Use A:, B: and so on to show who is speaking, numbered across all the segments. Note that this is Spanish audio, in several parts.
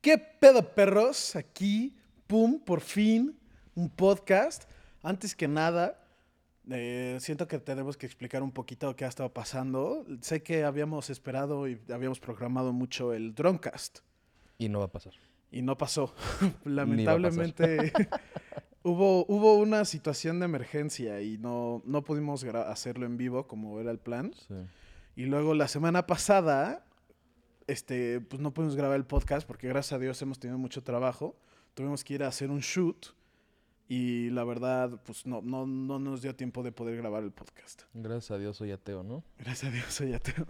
A: ¿Qué pedo, perros? Aquí, pum, por fin, un podcast. Antes que nada, eh, siento que tenemos que explicar un poquito qué ha estado pasando. Sé que habíamos esperado y habíamos programado mucho el Droncast
B: Y no va a pasar.
A: y no pasó. Lamentablemente hubo, hubo una situación de emergencia y no, no pudimos gra- hacerlo en vivo como era el plan. Y luego la semana pasada, este, pues no pudimos grabar el podcast porque gracias a Dios hemos tenido mucho trabajo. Tuvimos que ir a hacer un shoot y la verdad, pues no, no, no nos dio tiempo de poder grabar el podcast.
B: Gracias a Dios soy ateo, ¿no?
A: Gracias a Dios, soy ateo.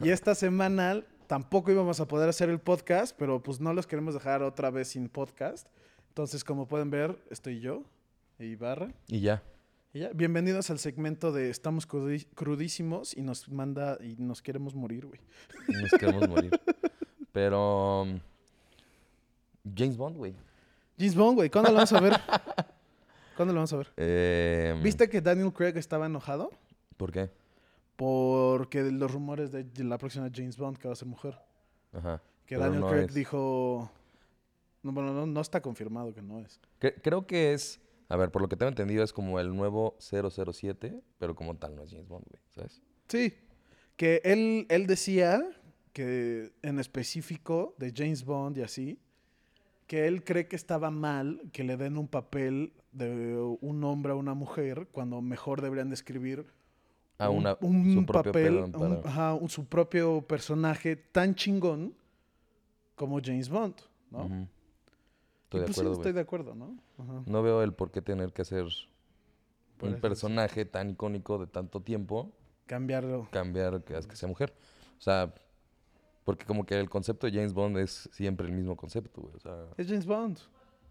A: Y esta semana tampoco íbamos a poder hacer el podcast, pero pues no los queremos dejar otra vez sin podcast. Entonces, como pueden ver, estoy yo, e Ibarra.
B: Y ya.
A: Y ya, bienvenidos al segmento de Estamos crudi- crudísimos y nos manda y nos queremos morir, güey.
B: Nos queremos morir. Pero. um, James Bond, güey.
A: James Bond, güey, ¿cuándo lo vamos a ver? ¿Cuándo lo vamos a ver?
B: Em,
A: ¿Viste que Daniel Craig estaba enojado?
B: ¿Por qué?
A: Porque de los rumores de la próxima James Bond que va a ser mujer.
B: Ajá.
A: Que
B: Pero
A: Daniel
B: no
A: Craig
B: es.
A: dijo... No, bueno, no, no está confirmado que no es.
B: Cre- creo que es. A ver, por lo que tengo entendido, es como el nuevo 007, pero como tal no es James Bond, güey. ¿Sabes?
A: Sí. Que él, él decía que en específico de James Bond y así, que él cree que estaba mal que le den un papel de un hombre a una mujer cuando mejor deberían describir
B: A
A: un-
B: una,
A: un
B: su propio
A: papel,
B: perdón,
A: un-
B: para-
A: ajá, un- su propio personaje tan chingón como James Bond, ¿no?
B: Ujú.
A: Y
B: Estoy de
A: pues sí,
B: acuerdo,
A: estoy
B: güey.
A: de acuerdo, ¿no? Ajá.
B: No veo el por qué tener que hacer
A: Por eso,
B: un
A: sí.
B: personaje tan icónico de tanto tiempo
A: Cambiarlo.
B: cambiar que, que sea mujer. O sea, porque como que el concepto de James Bond es siempre el mismo concepto, güey. O sea,
A: Es James Bond.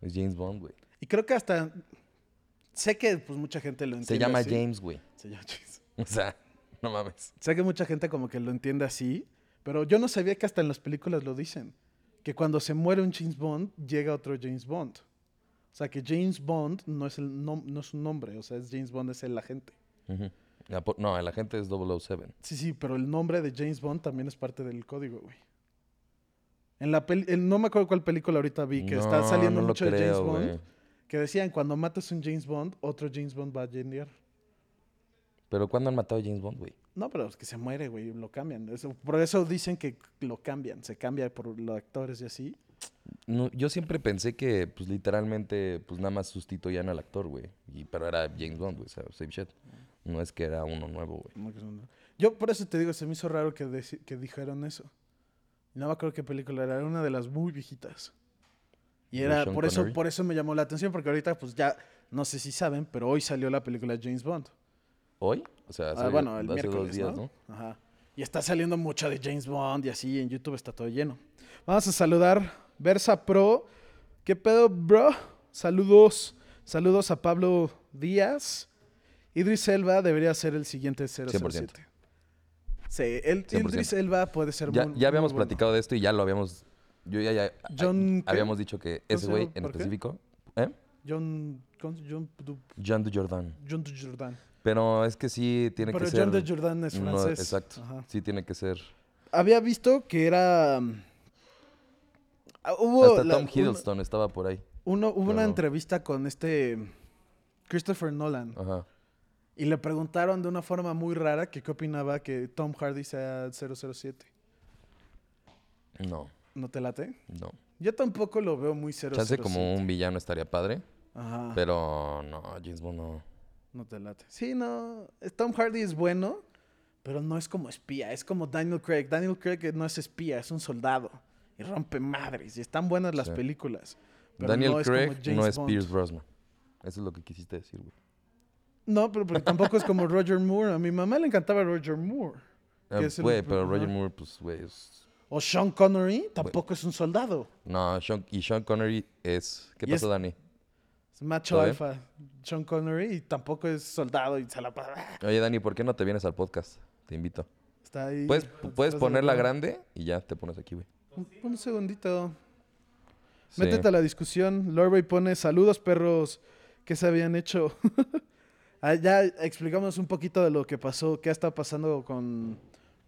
B: es James Bond, güey.
A: Y creo que hasta... Sé que pues mucha gente lo entiende
B: Se llama
A: así.
B: James, güey.
A: Se llama James.
B: O sea, no mames.
A: Sé que mucha gente como que lo entiende así, pero yo no sabía que hasta en las películas lo dicen. Que cuando se muere un James Bond, llega otro James Bond. O sea, que James Bond no es, el nom- no es un nombre, o sea, es James Bond es el agente.
B: Ujú. La po- No, la gente es 007.
A: Sí, sí, pero el nombre de James Bond también es parte del código, güey. En la peli, en- no me acuerdo cuál película ahorita vi, que está
B: No,
A: saliendo
B: no lo
A: mucho de James
B: creo,
A: Bond,
B: güey.
A: que decían, cuando matas un James Bond, otro James Bond va a llegar.
B: Pero ¿cuándo han matado a James Bond, güey?
A: No, pero es que se muere, güey, lo cambian. Eso- por eso dicen que lo cambian, se cambia por los actores y así.
B: No, yo siempre pensé que, pues, literalmente, pues, nada más sustituían al actor, güey. Y- Pero era James Bond, güey. O sea, same shit. No es que era uno nuevo, güey.
A: No, que son nada. Yo por eso te digo, se me hizo raro que, deci- que dijeron eso. No me acuerdo qué película era, era una de las muy viejitas. Y
B: ¿De
A: era,
B: Sean
A: por eso,
B: Connery?
A: por eso me llamó la atención, porque ahorita, pues ya, no sé si saben, pero hoy salió la película de James Bond.
B: ¿Hoy? O sea,
A: Ah,
B: hace,
A: bueno, el
B: hace
A: miércoles,
B: dos días,
A: ¿no?
B: ¿no?
A: Ajá. Y está saliendo mucho de James Bond y así, en YouTube está todo lleno. Vamos a saludar Versa Pro. ¿Qué pedo, bro? Saludos. Saludos a Pablo Díaz. Idris Elba debería ser el siguiente 007.
B: 100%.
A: Sí, el,
B: 100%.
A: Idris Elba puede ser
B: Ya,
A: muy-
B: ya habíamos
A: muy bueno.
B: platicado de esto y ya lo habíamos. Yo ya, ya-
A: John, ¿qué?
B: habíamos dicho que ese
A: sé
B: güey en
A: por qué.
B: específico. ¿eh?
A: John, ¿cómo se- John, Du-
B: John de Jordan.
A: John de Jordan.
B: Pero es que sí tiene
A: Pero
B: que ser.
A: John de Jordan es
B: no,
A: francés.
B: exacto.
A: Ajá.
B: Sí tiene que ser.
A: Había visto que era... mm, ah, Hubo
B: Hasta
A: la-
B: Tom
A: un-
B: Hiddleston estaba por ahí.
A: Uno, hubo una
B: Pero-
A: entrevista con este Christopher Nolan
B: Ajá.
A: y le preguntaron de una forma muy rara que qué opinaba que Tom Hardy sea 007.
B: No,
A: ¿No te late?
B: no.
A: Yo tampoco lo Ah. veo muy 007.
B: Chance como un villano estaría padre.
A: Ajá,
B: Pero no, James Bond no.
A: no te late. Sí, no, eh, Tom Hardy es bueno, pero no es como espía, es como Daniel Craig. Daniel Craig eh, no es espía, es un soldado y rompe madres y están buenas las
B: Sí.
A: películas. pero
B: Daniel
A: no es como
B: Craig no
A: James
B: es
A: Bond.
B: Pierce Brosnan. Eso es lo que quisiste decir, güey.
A: No, pero, pero tampoco es como Roger Moore. A mi mamá le encantaba Roger Moore.
B: Ah,
A: que es el-
B: Güey, pero
A: ajá.
B: Roger Moore, pues, güey, es-
A: O Sean Connery tampoco es un soldado.
B: No, Sean- y Sean Connery es... ¿Qué
A: Y es-
B: pasó, Dani?
A: Es macho
B: ¿Todo bien?
A: alfa. Sean Connery y tampoco es soldado y se la pasa-
B: Oye, Dani, ¿por qué no te vienes al podcast? Te invito.
A: Está ahí.
B: Puedes,
A: atrás
B: puedes
A: de
B: ponerla
A: cámara.
B: grande y ya te pones aquí, güey.
A: Un, un segundito.
B: Sí.
A: Métete a la discusión. Lorway pone saludos, perros. ¿Qué se habían hecho? Ah, ya explicamos un poquito de lo que pasó, qué ha estado pasando con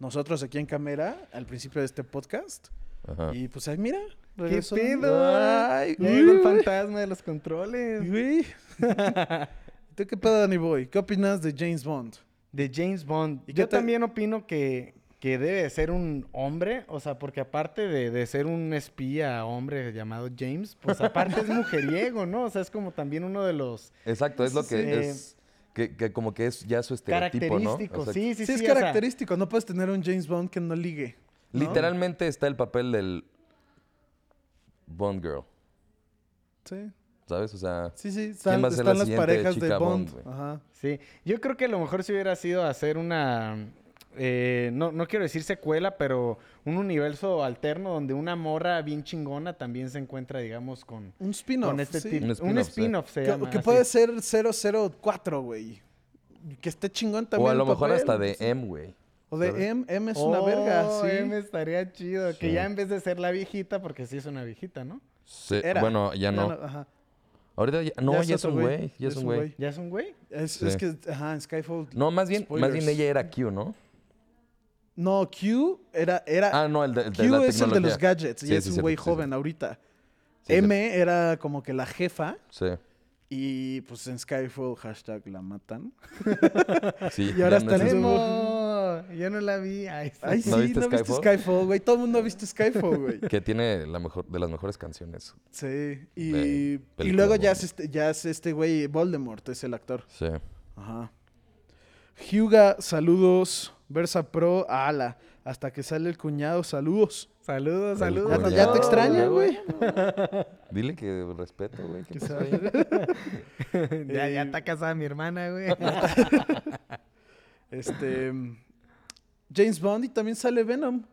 A: nosotros aquí en Camera al principio de este podcast.
B: Ajá.
A: Y pues ahí mira,
C: ¿Qué pedo? Ay, Llega el fantasma de los controles.
A: Güey. ¿Tú qué pedo, Danny Boy? ¿Qué opinas de James Bond?
C: De James Bond.
A: ¿Y qué
C: Yo
A: te-
C: también opino que, que debe de ser un hombre, o sea, porque aparte de, de ser un espía hombre llamado James, pues aparte es mujeriego, ¿no? O sea, es como también uno de los
B: Exacto, es lo que
C: Sí.
B: es. Que, que como que es ya su estereotipo, ¿no? O sea,
C: característicos. Sí, sí,
A: Sí,
C: sí.
A: es
C: o sea,
A: característico. No puedes tener un James Bond que no ligue. ¿no?
B: Literalmente está el papel del Bond Girl,
A: Sí,
B: ¿sabes? O sea,
A: sí, sí. Están,
B: va a ser
A: están
B: la
A: las
B: siguiente
A: parejas de
B: chica
A: Bond.
B: Bond, güey?
A: Ajá.
C: Sí, yo creo que a lo mejor si hubiera sido hacer una, eh, no, no quiero decir secuela, pero un universo alterno donde una morra bien chingona también se encuentra, digamos, con,
A: Un spin-off.
C: con este
A: sí.
C: tipo.
B: Un
C: Un
B: spin-off, sí.
C: spin-off se
A: Que,
C: llama.
A: que
C: así.
A: puede ser 004, güey. Que esté chingón también.
B: o a
A: el
B: lo mejor
A: papel.
B: hasta de M, güey.
A: O de
B: ¿sabes?
A: M. M es una verga,
C: Oh,
A: sí.
C: M estaría chido. Que
B: Sí.
C: ya en vez de ser la viejita, porque sí es una viejita, ¿no?
B: Sí,
A: Era.
B: Bueno, ya no.
A: ajá.
B: Ahorita ya, no, ya, es
A: otro
B: un güey. Ya es un güey.
C: ¿Ya es un güey?
A: Es,
B: Sí.
A: es que, ajá, en Skyfall. No,
B: No, más bien, más bien
A: Spoilers.
B: ella era Q, ¿no?
A: Q era. era
B: Ah, no, el de, el de la
A: Q es el de los
B: tecnología.
A: gadgets
B: Sí,
A: y es
B: sí,
A: un
B: cierto,
A: güey
B: sí,
A: joven ahorita.
B: Sí,
A: M era como que la jefa
B: Sí,
A: y pues en Skyfall hashtag la matan.
B: sí.
A: Y ahora
B: ya no
A: está en
B: es-
A: el-
C: ¡Nemo! Yo no la vi. Ay, sí.
A: Ay, sí,
B: ¿No
A: ¿no
B: viste
A: viste
B: Skyfall?
A: Skyfall, güey? Todo el mundo ha visto Skyfall, güey.
B: Que tiene la mejor, de las mejores canciones.
A: Sí.
B: De
A: Y, y
B: películas
A: luego
B: de
A: ya es, este, ya es este güey Voldemort, es el actor.
B: Sí.
A: Ajá. Hyuga, saludos. Versa Pro, ala. Hasta que sale el cuñado, saludos.
C: Saludos, saludos.
A: Ya,
C: a
A: te- ya
C: todos.
A: te extraña,
B: Ya,
A: güey.
B: Dile que respeto, güey. ¿qué
A: Que
B: pasó
A: sabe.
B: ahí?
C: Ya, ya está casada mi hermana, güey.
A: Este. mm, James Bond y también sale Venom.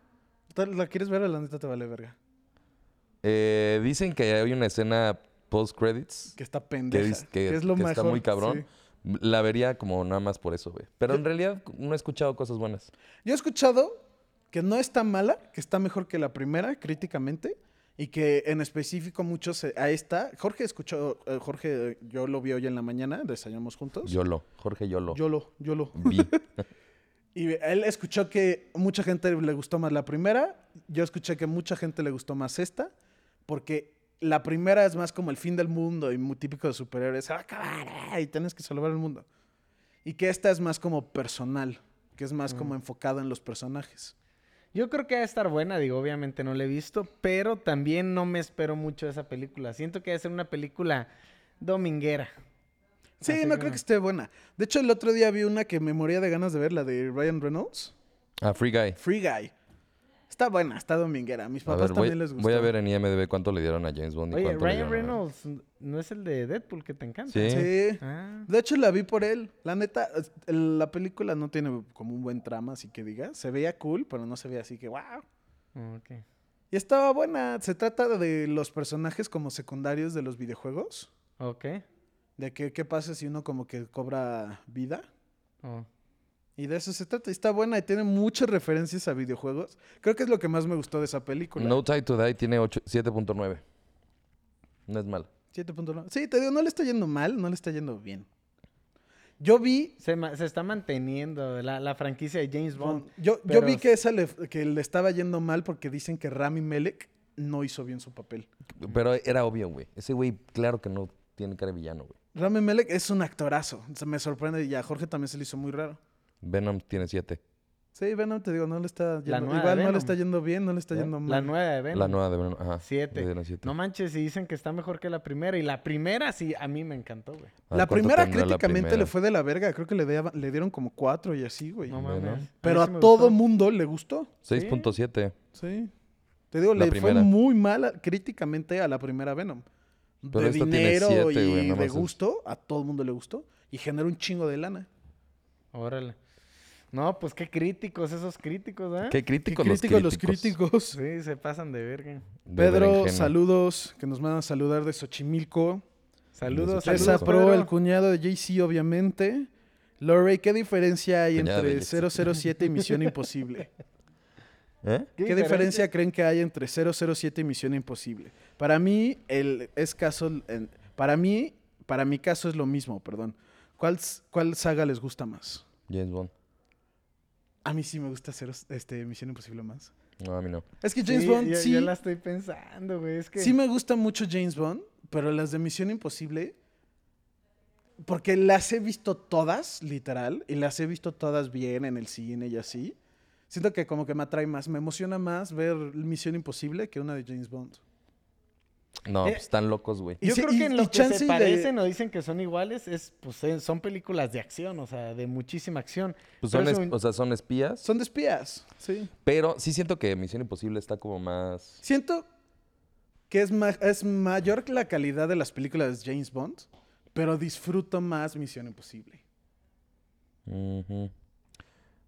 A: Tal- ¿La quieres ver o la neta te vale verga?
B: Eh, dicen que hay una escena post-credits
A: Que está
B: que,
A: pendeja.
B: dis- que- que está muy cabrón.
A: sí.
B: La vería como nada más por eso, güey. Pero en realidad no he escuchado cosas buenas.
A: Yo he escuchado que no es tan mala, que está mejor que la primera críticamente y que en específico muchos se- a esta Jorge escuchó eh, Jorge eh, yo lo vi hoy en la mañana, desayunamos juntos.
B: Yolo. Jorge Yolo.
A: Yo lo, yo lo.
B: Vi.
A: Y él escuchó que mucha gente le gustó más la primera, yo escuché que mucha gente le gustó más esta, porque la primera es más como el fin del mundo y muy típico de superhéroes, se va a acabar ah", y tienes que salvar el mundo. Y que esta es más como personal, que es más como enfocada en los personajes.
C: Yo creo que va a estar buena, digo, obviamente no la he visto, pero también no me espero mucho de esa película. Siento que va a ser una película dominguera.
A: Sí,
C: Así
A: no
C: que-
A: creo que esté buena. De hecho, el otro día vi una que me moría de ganas de ver, la de Ryan Reynolds.
B: Ah, Free Guy.
A: Free Guy. Está buena, está dominguera. A mis
B: A
A: papás
B: ver, voy,
A: también les gustó.
B: voy a ver en IMDb cuánto le dieron a James Bond y
C: Oye,
B: cuánto le
C: Ryan
B: dieron a-
C: Reynolds no es el de Deadpool que te encanta.
B: Sí.
A: Sí.
C: Ah.
A: De hecho, la vi por él. La neta, es- el- la película no tiene como un buen trama, así que diga. Se veía cool, pero no se veía así que wow.
C: Ok.
A: Y estaba buena. Se trata de los personajes como secundarios de los videojuegos.
C: Ok.
A: De que, qué pasa si uno como que cobra vida.
C: Oh.
A: Y de eso se trata. Y está buena y tiene muchas referencias a videojuegos. Creo que es lo que más me gustó de esa película.
B: No Time to Die tiene ocho- 7.9. No es mal.
A: 7.9. Sí, te digo, no le está yendo mal, no le está yendo bien. Yo vi.
C: Se, ma- se está manteniendo la, la franquicia de James Bond.
A: Yo, yo
C: pero-
A: vi que esa le, que le estaba yendo mal porque dicen que Rami Melek no hizo bien su papel.
B: Pero era obvio, güey. Ese güey, claro que no tiene cara de villano, güey.
A: Rami Melek es un actorazo. Se me sorprende y a Jorge también se le hizo muy raro.
B: Venom tiene 7.
A: Sí, Venom, te digo, no le está yendo.
C: La nueva
A: Igual no
C: Venom.
A: le está yendo bien, no le está
B: ¿Eh?
A: yendo mal.
C: La nueva de Venom.
B: La nueva de Venom. Ajá.
C: Siete.
B: Le dieron siete.
C: No manches, si dicen que está mejor que la primera. Y la primera sí, a mí me encantó, güey.
B: A ver
A: La
B: Ah, cuánto
A: primera
B: tendrá la
A: críticamente
B: primera.
A: le fue de la verga. Creo que le, daba- le dieron como cuatro y así, güey.
C: No
B: Bueno.
C: mames. mí
A: Pero
C: sí
A: a
C: me
A: todo
C: gustó.
A: mundo le gustó.
B: 6.7.
A: Sí. Te digo,
B: La
A: le
B: primera.
A: fue muy mal críticamente a la primera Venom.
B: Pero
A: de
B: esta tiene
A: dinero
B: siete,
A: y
B: güey, no
A: de
B: más es-
A: gusto, a todo el mundo le gustó. Y generó un chingo de lana.
C: Órale. No, pues qué críticos, esos críticos, ¿eh?
B: Qué
A: Qué
B: críticos los
A: críticos
B: críticos.
A: los críticos.
C: Sí, se pasan de verga.
B: De
A: Pedro,
B: berenjena.
A: saludos, que nos mandan a saludar de Xochimilco.
C: Saludos,
B: Esa
C: saludos.
A: Esa Pro, el
C: Pedro.
A: cuñado de JC, obviamente. Lorey, ¿qué diferencia hay
B: Cuñado de
A: entre
B: Jay-Z.
A: 007 y Misión Imposible?
B: ¿Eh?
A: ¿Qué, diferencia creen que hay entre 007 y Misión Imposible? Para mí, el es caso. en- para mí, para mi caso es lo mismo, perdón. ¿Cuál, s- cuál saga les gusta más?
B: James Bond.
A: A mí sí me gusta hacer este, Misión Imposible más.
B: No, a mí no.
A: Es que James Bond
C: yo,
A: sí.
C: yo la estoy pensando, güey. Es que.
A: Sí me gusta mucho James Bond, pero las de Misión Imposible, porque las he visto todas, literal, y las he visto todas bien en el cine y así. Siento que como que me atrae más, me emociona más ver Misión Imposible que una de James Bond.
B: No,
C: Eh,
B: pues, están locos, güey.
A: y
C: Yo
A: sí,
C: creo
A: y-
C: que en
A: y
C: lo que
A: chance
C: se
A: de-
C: parecen o dicen que son iguales es, pues, eh, son películas de acción, o sea, de muchísima acción.
B: Pues
C: Pero
B: son,
C: es
B: es-
C: un-
B: o sea, son espías.
A: Son de espías, sí.
B: Pero sí siento que Misión Imposible está como más.
A: Siento que es, ma- es mayor la calidad de las películas de James Bond, pero disfruto más Misión Imposible.
B: Ujú.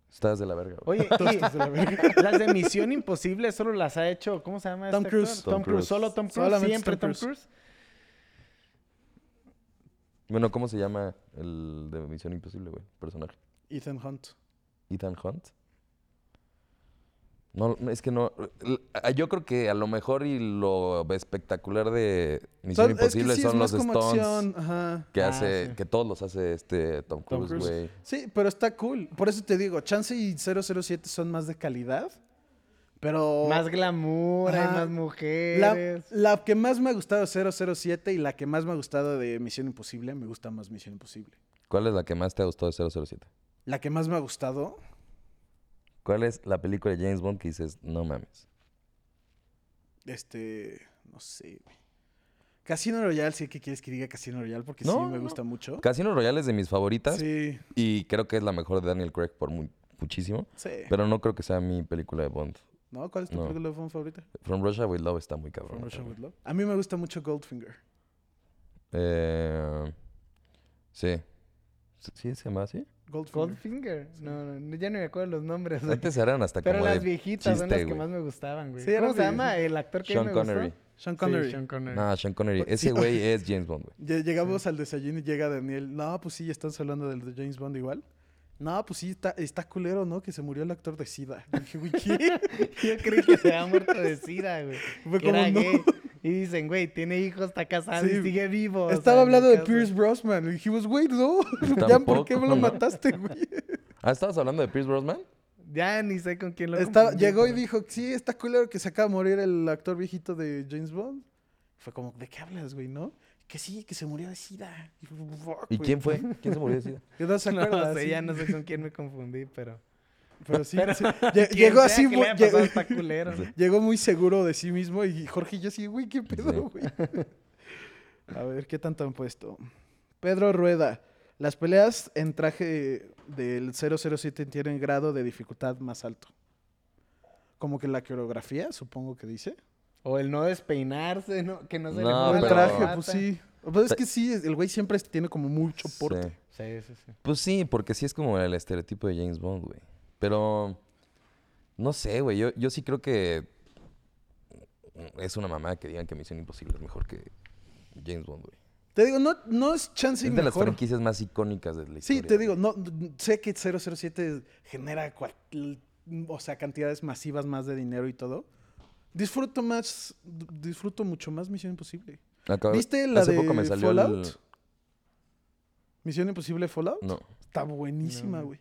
B: Estás de la verga, güey.
C: Oye, y las de Misión Imposible solo las ha hecho, ¿cómo se llama?
A: Tom
C: este
A: Cruise.
C: actor?
B: Tom
C: Tom, Cruise.
B: Cruise.
C: Solo Tom Cruise.
A: Solamente
C: Siempre
A: Tom
C: Tom
A: Cruise.
C: Cruise.
B: Bueno, ¿cómo se llama el de Misión Imposible, güey? Personaje.
A: Ethan Hunt.
B: Ethan Hunt. No, no, es que no. l- a- Yo creo que a lo mejor y lo espectacular de Misión
A: Son- es que
B: Imposible
A: sí, es
B: son los
A: más como
B: Stones
A: acción, ajá.
B: que
C: Ah,
B: hace,
C: sí.
B: que todos los hace este Tom
C: Tom
B: Cruise,
C: Cruise.
B: güey.
A: Sí, pero está cool. Por eso te digo, Chance y 007 son más de calidad, pero...
C: Más glamour, hay
A: Ajá.
C: más
A: La-
C: mujeres.
A: la, la que más me ha gustado de 007 y la que más me ha gustado de Misión Imposible, me gusta más Misión Imposible.
B: ¿Cuál es la que más te ha gustado de 007?
A: La que más me ha gustado,
B: ¿Cuál es la película de James Bond que dices, no mames?
A: este, no sé, güey. Casino Royale, sí que quieres que diga Casino Royale porque
B: No,
A: sí me
B: no.
A: gusta mucho.
B: Casino Royale es de mis favoritas
A: Sí,
B: y creo que es la mejor de Daniel Craig por mu- muchísimo,
A: sí.
B: pero no creo que sea mi película de Bond.
A: ¿No? ¿Cuál es tu
B: No.
A: película de Bond favorita?
B: From Russia with Love está muy cabrón.
A: From Russia with Love. A mí me gusta mucho Goldfinger.
B: Eh, sí. ¿Sí se llama así?
A: Goldfinger.
C: Goldfinger. No, no, no, ya no me acuerdo los nombres. güey.
B: Antes eran hasta
C: Pero
B: como
C: las
B: de
C: viejitas son
B: chiste,
C: las que
B: güey.
C: más me gustaban, güey.
A: Sí, eran
C: ¿Cómo se
A: viejitas.
C: llama el actor que
B: Sean
C: me gustó?
B: Connery.
A: Sean
C: Sí,
A: Connery.
C: Sean Connery.
B: No, Sean Connery.
A: Pues, sí,
B: Ese güey es James Bond, güey.
A: Ya Llegamos al desayuno y llega Daniel. No, pues sí, ya estás hablando del de James Bond igual. No, pues sí, está, está culero, ¿no? Que se murió el actor de SIDA. Y dije, güey, ¿qué?
C: Yo creí que se había muerto de sida, güey.
A: Fue
C: Que era
A: como, no.
C: gay. Y dicen, güey, tiene hijos, está casado y
A: Sí.
C: sigue vivo. o sea,
A: Estaba hablando
C: no
A: de
C: caso.
A: Pierce Brosnan. Y dijimos, güey, no. ya, ¿por qué
B: Tampoco,
A: me
B: ¿no?
A: lo mataste, güey?
B: Ah, ¿estabas hablando de Pierce Brosnan?
C: Ya ni sé con quién lo
A: Estaba-
C: confundí,
A: llegó y
C: pero-
A: dijo, sí, está culero que se acaba de morir el actor viejito de James Bond. Fue como, ¿de qué hablas, güey, no? Que sí, que se murió de SIDA. Y, fue, fuck,
B: ¿Y
A: güey.
B: quién fue? ¿Quién se murió de sida?
A: Yo no se
C: No,
A: acuerda,
C: sé,
A: sí.
C: ya no sé con quién me confundí, pero...
A: Pero sí,
C: Pero-
A: sí. Lle-
C: Quien
A: Llegó
C: sea
A: así,
C: que
A: mu-
C: le haya pasado
A: lle-
C: está culero.
A: Llegó muy seguro de sí mismo y Jorge y yo así, güey, qué
B: Sí.
A: pedo, güey. A ver, ¿qué tanto han puesto? Pedro Rueda. Las peleas en traje del 007 tienen grado de dificultad más alto. Como que la coreografía, supongo que dice.
C: O el no despeinarse, ¿no? que no se le
B: No,
A: O
C: mueva
A: el
B: Ah, pero-
C: la
A: traje,
C: pata.
A: pues sí. Pues es que sí, el güey siempre tiene como mucho porte.
B: Sí.
C: Sí, sí, sí.
B: Pues sí, porque sí es como el estereotipo de James Bond, güey. Pero no sé, güey. Yo, yo sí creo que es una mamada que digan que Misión Imposible es mejor que James Bond, güey.
A: Te digo, no, no es chance
B: es de las
A: mejor.
B: franquicias más icónicas de la historia.
A: Sí, te
B: güey.
A: digo, no, n- sé que 007 genera cual- o sea, cantidades masivas más de dinero y todo. Disfruto más, d- disfruto mucho más Misión Imposible.
B: Acabo-
A: ¿Viste la
B: hace
A: de
B: poco me salió el-
A: Fallout? Misión Imposible Fallout
B: No.
A: está buenísima, güey.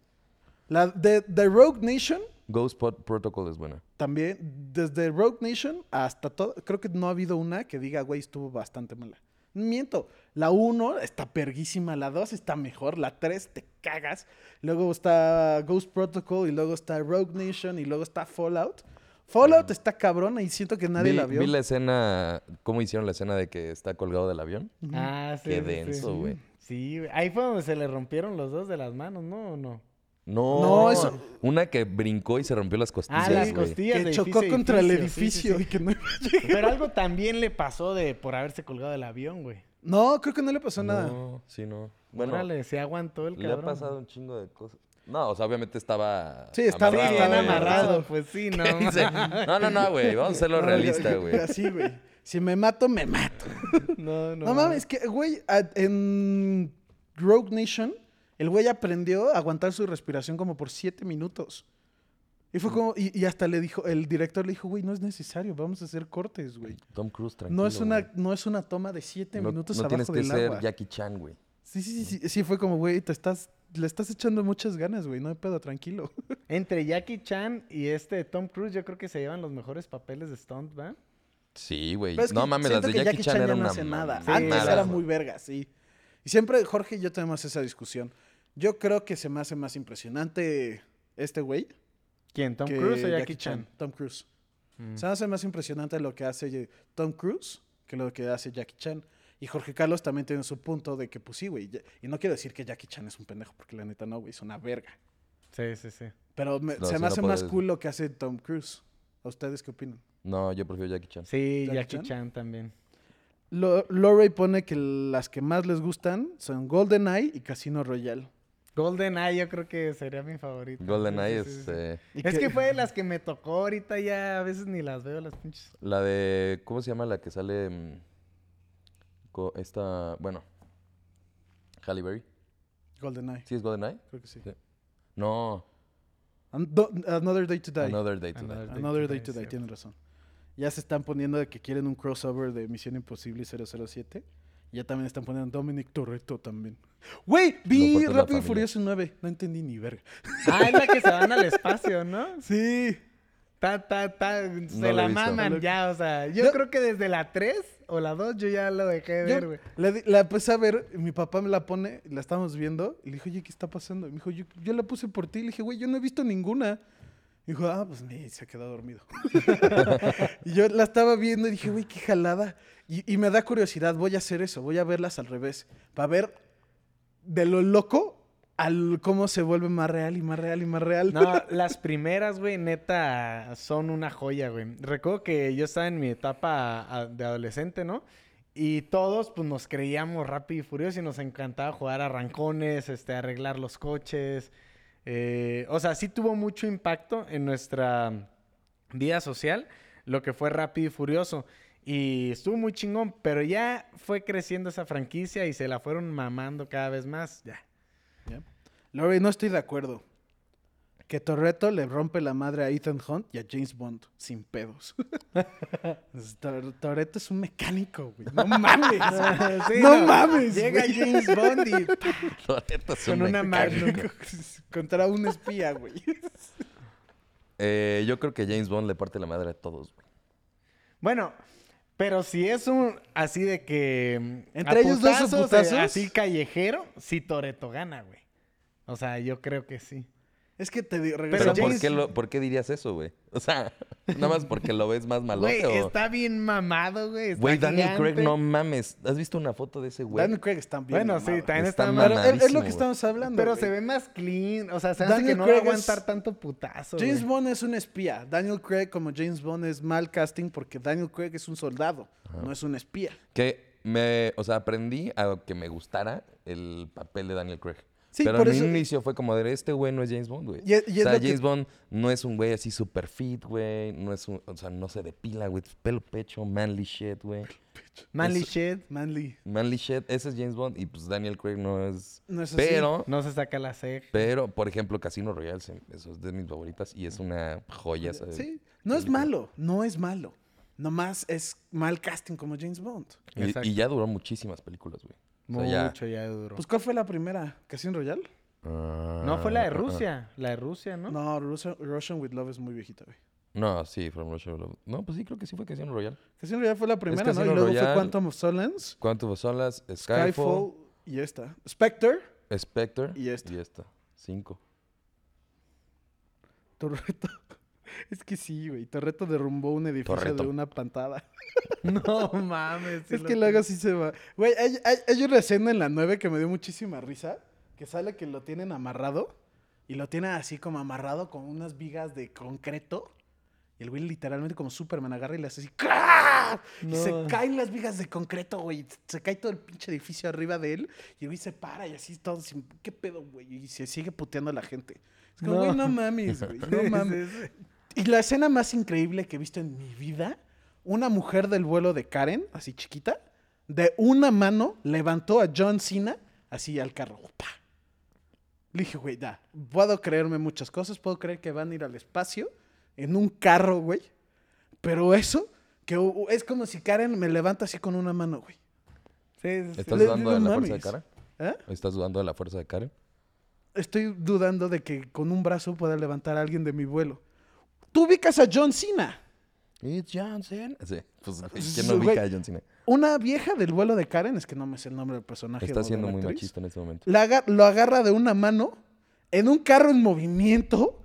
A: La de, de Rogue Nation
B: Ghost Pot Protocol es buena.
A: también, desde Rogue Nation hasta todo, creo que no ha habido una que diga, güey, estuvo bastante mala. Miento, la 1 está perguísima, la 2 está mejor, la 3 te cagas, luego está Ghost Protocol y luego está Rogue Nation y luego está Fallout. Fallout está cabrona y siento que nadie
B: vi,
A: la vio.
B: vi la escena, cómo hicieron la escena de que está colgado del avión.
C: Ah, sí.
B: Qué
C: sí, sí.
B: denso, güey.
C: Sí, güey. Ahí fue donde se le rompieron los dos de las manos, ¿no? ¿O no?
B: No,
A: No, eso-
B: Una que brincó y se rompió las costillas.
C: Ah, las
B: güey.
C: costillas.
A: Que
C: de
A: chocó
C: edificio a
A: contra el edificio
C: edificio, sí,
A: y que no...
C: Pero algo también le pasó de por haberse colgado del avión, güey.
A: No, creo que no le pasó nada.
B: No, sí, no. Bueno,
C: Órale, se aguantó el
B: le
C: cabrón.
B: ha pasado un chingo de cosas. No, o sea, obviamente estaba.
A: Sí, estaba-
C: Sí, bien
A: güey.
C: amarrado, pues sí, no.
B: güey. Ah, Dice, no, no, no, güey. Vamos a hacerlo
A: No,
B: realista,
A: yo-
B: güey.
A: Así, güey. Si me mato, me mato.
C: No, no.
A: No mames, que, güey, a- en Rogue Nation, el güey aprendió a aguantar su respiración como por siete minutos. Y
B: Mm.
A: fue como, y, y hasta le dijo, el director le dijo, güey, no es necesario, vamos a hacer cortes, güey.
B: Tom Cruise, tranquilo.
A: No es, una,
B: güey.
A: no es una toma de siete
B: No-
A: minutos
B: no
A: abajo
B: tienes que
A: del
B: ser
A: agua.
B: Jackie Chan, güey.
A: Sí, sí, sí, sí, sí, fue como, güey, te estás le estás echando muchas ganas, güey. No hay pedo, tranquilo.
C: Entre Jackie Chan y este Tom Cruise, yo creo que se llevan los mejores papeles de Stunt, ¿va?
B: Sí, güey.
A: Pero es
B: No
A: que
B: mames, las
A: siento
B: de
A: que
B: Jackie, Chan,
A: ya
B: eran
A: no
B: una
A: hace nada.
B: mamada,
A: Antes
C: mamada,
A: era
B: güey.
A: muy verga, sí. Y siempre Jorge y yo tenemos esa discusión. Yo creo que se me hace más impresionante este güey
C: ¿Quién? ¿Tom
A: que
C: Cruise o Jackie, Chan?
A: Tom Cruise.
C: Mm.
A: Se me hace más impresionante lo que hace Ye- Tom Cruise que lo que hace Jackie Chan. Y Jorge Carlos también tiene su punto de que, pues sí, güey. ya- Y no quiero decir que Jackie Chan es un pendejo, porque la neta no, güey, es una verga.
C: Sí, sí, sí.
A: Pero me-
B: No,
A: se
B: sí,
A: me
B: no
A: hace más
B: puedes.
A: cool lo que hace Tom Cruise. ¿A ustedes qué opinan?
B: No, yo prefiero Jackie Chan.
C: Sí,
A: ¿Jackie
C: Jackie,
A: Chan?
C: Chan? también.
A: Lo- Lorey pone que las que más les gustan son GoldenEye y Casino Royale.
C: Golden Eye yo creo que sería mi favorito.
B: GoldenEye
C: Sí, sí, sí,
B: es
C: sí.
B: eh,
A: Y
C: Es que fue de las que me tocó ahorita ya, a veces ni las veo las pinches.
B: la de. ¿Cómo se llama la que sale. mm, co- esta. Bueno. Halle Berry.
A: GoldenEye,
B: ¿Sí es GoldenEye?
A: creo que sí.
B: Sí. No.
A: An- do- Another Day to Die. Another,
B: Another Day to Die.
C: Another-
A: Day
C: Day
A: to
C: to
A: Die,
C: Die,
A: tienen razón. Ya se están poniendo de que quieren un crossover de Misión Imposible y 007. Y ya también están poniendo Dominic Toretto también. Güey, vi
B: aporta la
A: Rápido y
B: familia.
A: Furioso 9. No entendí ni verga.
C: Ah, es la que se van al espacio, ¿no?
A: Sí.
C: Ta, ta, ta,
B: la
C: se
B: he
C: la
B: visto.
C: maman ya, o sea, yo
A: Yo-
C: creo que desde la 3 o la 2 yo ya lo dejé de
A: Yo
C: ver, güey.
A: la, di- la empecé a ver, y mi papá me la pone, la estábamos viendo, y le dije, oye, ¿qué está pasando? Y me dijo, yo, yo la puse por ti. Le dije, güey, yo no he visto ninguna. Y dijo, ah, pues ni se ha quedado dormido. y yo la estaba viendo y dije, güey, qué jalada. Y, y me da curiosidad, voy a hacer eso, voy a verlas al revés, para ver de lo loco al cómo se vuelve más real y más real y más real.
C: No, las primeras, güey, neta, son una joya, güey. Recuerdo que yo estaba en mi etapa a- de adolescente, ¿no? Y todos, pues, nos creíamos rápido y furioso y nos encantaba jugar a rancones, este, arreglar los coches. Eh, o sea, sí tuvo mucho impacto en nuestra vida social lo que fue Rápido y Furioso. Y estuvo muy chingón, pero ya fue creciendo esa franquicia y se la fueron mamando cada vez más. Ya.
A: Lori, no estoy de acuerdo. Que Torreto le rompe la madre a Ethan Hunt y a James Bond sin pedos. Tor- Toretto es un mecánico, güey. No mames.
C: Sí,
A: no mames,
C: Llega
A: güey.
C: James Bond y
B: Toretto es
C: con
B: un
C: una
B: mexicano.
C: Magnum.
A: Contra un espía, güey.
B: Eh, yo creo que James Bond le parte la madre a todos, güey.
C: Bueno, pero si es un así de que. mm,
A: Entre
C: a
A: ellos dos a
C: putazos, eh,
A: putazos.
C: Así callejero, si Toreto gana, güey. O sea, yo creo que sí.
A: Es que te digo,
B: Pero,
A: regresamos.
B: ¿por,
C: James-
B: qué lo- ¿por qué dirías eso, güey? O sea, nada más porque lo ves más
C: Güey,
B: malote o...
C: está bien mamado, güey. está
B: Güey, Daniel Craig,
C: gigante.
B: no mames. ¿Has visto una foto de ese güey?
A: Daniel Craig está bien.
C: Bueno, sí,
A: mamado.
C: también
B: Está
C: está,
A: Pero es- es,
C: mamado.
A: lo
B: mamadísimo,
A: que
B: güey.
A: estamos hablando.
C: Pero
A: güey.
C: se ve más clean. O sea, se me hace
A: Daniel
C: que no va a
A: Craig es-
C: aguantar tanto putazo.
A: James
C: güey.
A: Bond es un espía. Daniel Craig, como James Bond, es mal casting porque Daniel Craig es un soldado, no es un espía.
B: Que me... O sea, aprendí a que me gustara el papel de Daniel Craig.
A: Sí,
B: Pero
A: por
B: en
A: eso- eh,
B: un inicio fue como de, este güey no es James Bond, güey.
A: Y es- y es
B: o sea,
A: lo que-
B: James Bond no es un güey así super fit, güey. No es un... O sea, no se depila, güey. Pelo pecho, manly shit, güey.
C: Manly
B: es-
C: shit.
A: Manly.
B: Manly shit. Ese es James Bond. Y pues Daniel Craig no es...
A: No es así.
B: Pero...
C: No se saca la ceja.
B: Pero, por ejemplo, Casino Royale se- eso es de mis favoritas y es una joya. ¿sabes?
A: Sí, no es malo, no es malo. Nomás es mal casting como James Bond.
B: Y-
C: Exacto.
B: Y, ya duró muchísimas películas, güey. O sea, ya-
C: Mucho ya duro.
A: Pues, ¿cuál fue la primera? ¿Casino Royale?
B: Ah,
C: no fue la de
B: ah, ah.
C: Rusia. La de Rusia, ¿no?
A: No, Russian, Russian with Love es muy viejita, güey.
B: No, sí, From Russia with Love. No, pues sí, creo que sí fue Casino Royale.
A: Casino Royale fue la primera, ¿no? Y
B: Casino
A: luego fue
B: Royale,
A: Quantum of Solace,
B: Quantum of Solace, Skyfall,
A: Skyfall, y esta. Spectre,
B: Spectre
A: y esta.
B: Cinco.
A: Torreto. Es que sí, güey. Torreto derrumbó un edificio
B: Torreto.
A: de una pantada.
C: No mames. sí
A: es
C: lo
A: que luego sí se va. Güey, hay, hay, hay una escena en la 9 que me dio muchísima risa. Que sale que lo tienen amarrado. Y lo tienen así como amarrado con unas vigas de concreto. Y el güey literalmente como Superman agarra y le hace así. ¡crack! Y se
C: No.
A: caen las vigas de concreto, güey. Se cae todo el pinche edificio arriba de él. Y el güey se para y así todo. sin- ¿Qué pedo, güey? Y se sigue puteando a la gente. Es como,
C: No.
A: güey, no mames, güey. No
C: Sí,
A: mames.
C: sí, sí.
A: Y la escena más increíble que he visto en mi vida, una mujer del vuelo de Karen, así chiquita, de una mano levantó a John Cena así al carro. ¡Pa! Le dije, güey, da, puedo creerme muchas cosas, puedo creer que van a ir al espacio en un carro, güey. Pero eso, que u- es como si Karen me levanta así con una mano, güey.
C: Sí, sí, sí.
B: ¿Estás
A: Le-
B: dudando de
A: no
B: la fuerza de
A: mames.
B: Karen?
A: ¿Eh?
B: ¿Estás dudando de la fuerza de Karen?
A: estoy dudando de que con un brazo pueda levantar a alguien de mi vuelo. Tú ubicas a John Cena.
B: It's John Cena. Sí,
A: Ah,
B: pues, ¿quién no ubica a John Cena?
A: Una vieja del vuelo de Karen, es que no me sé el nombre del personaje.
B: Está
A: o de
B: siendo
A: la
B: muy
A: Ah, actriz,
B: machista en este momento.
A: la aga- lo agarra de una mano en un carro en movimiento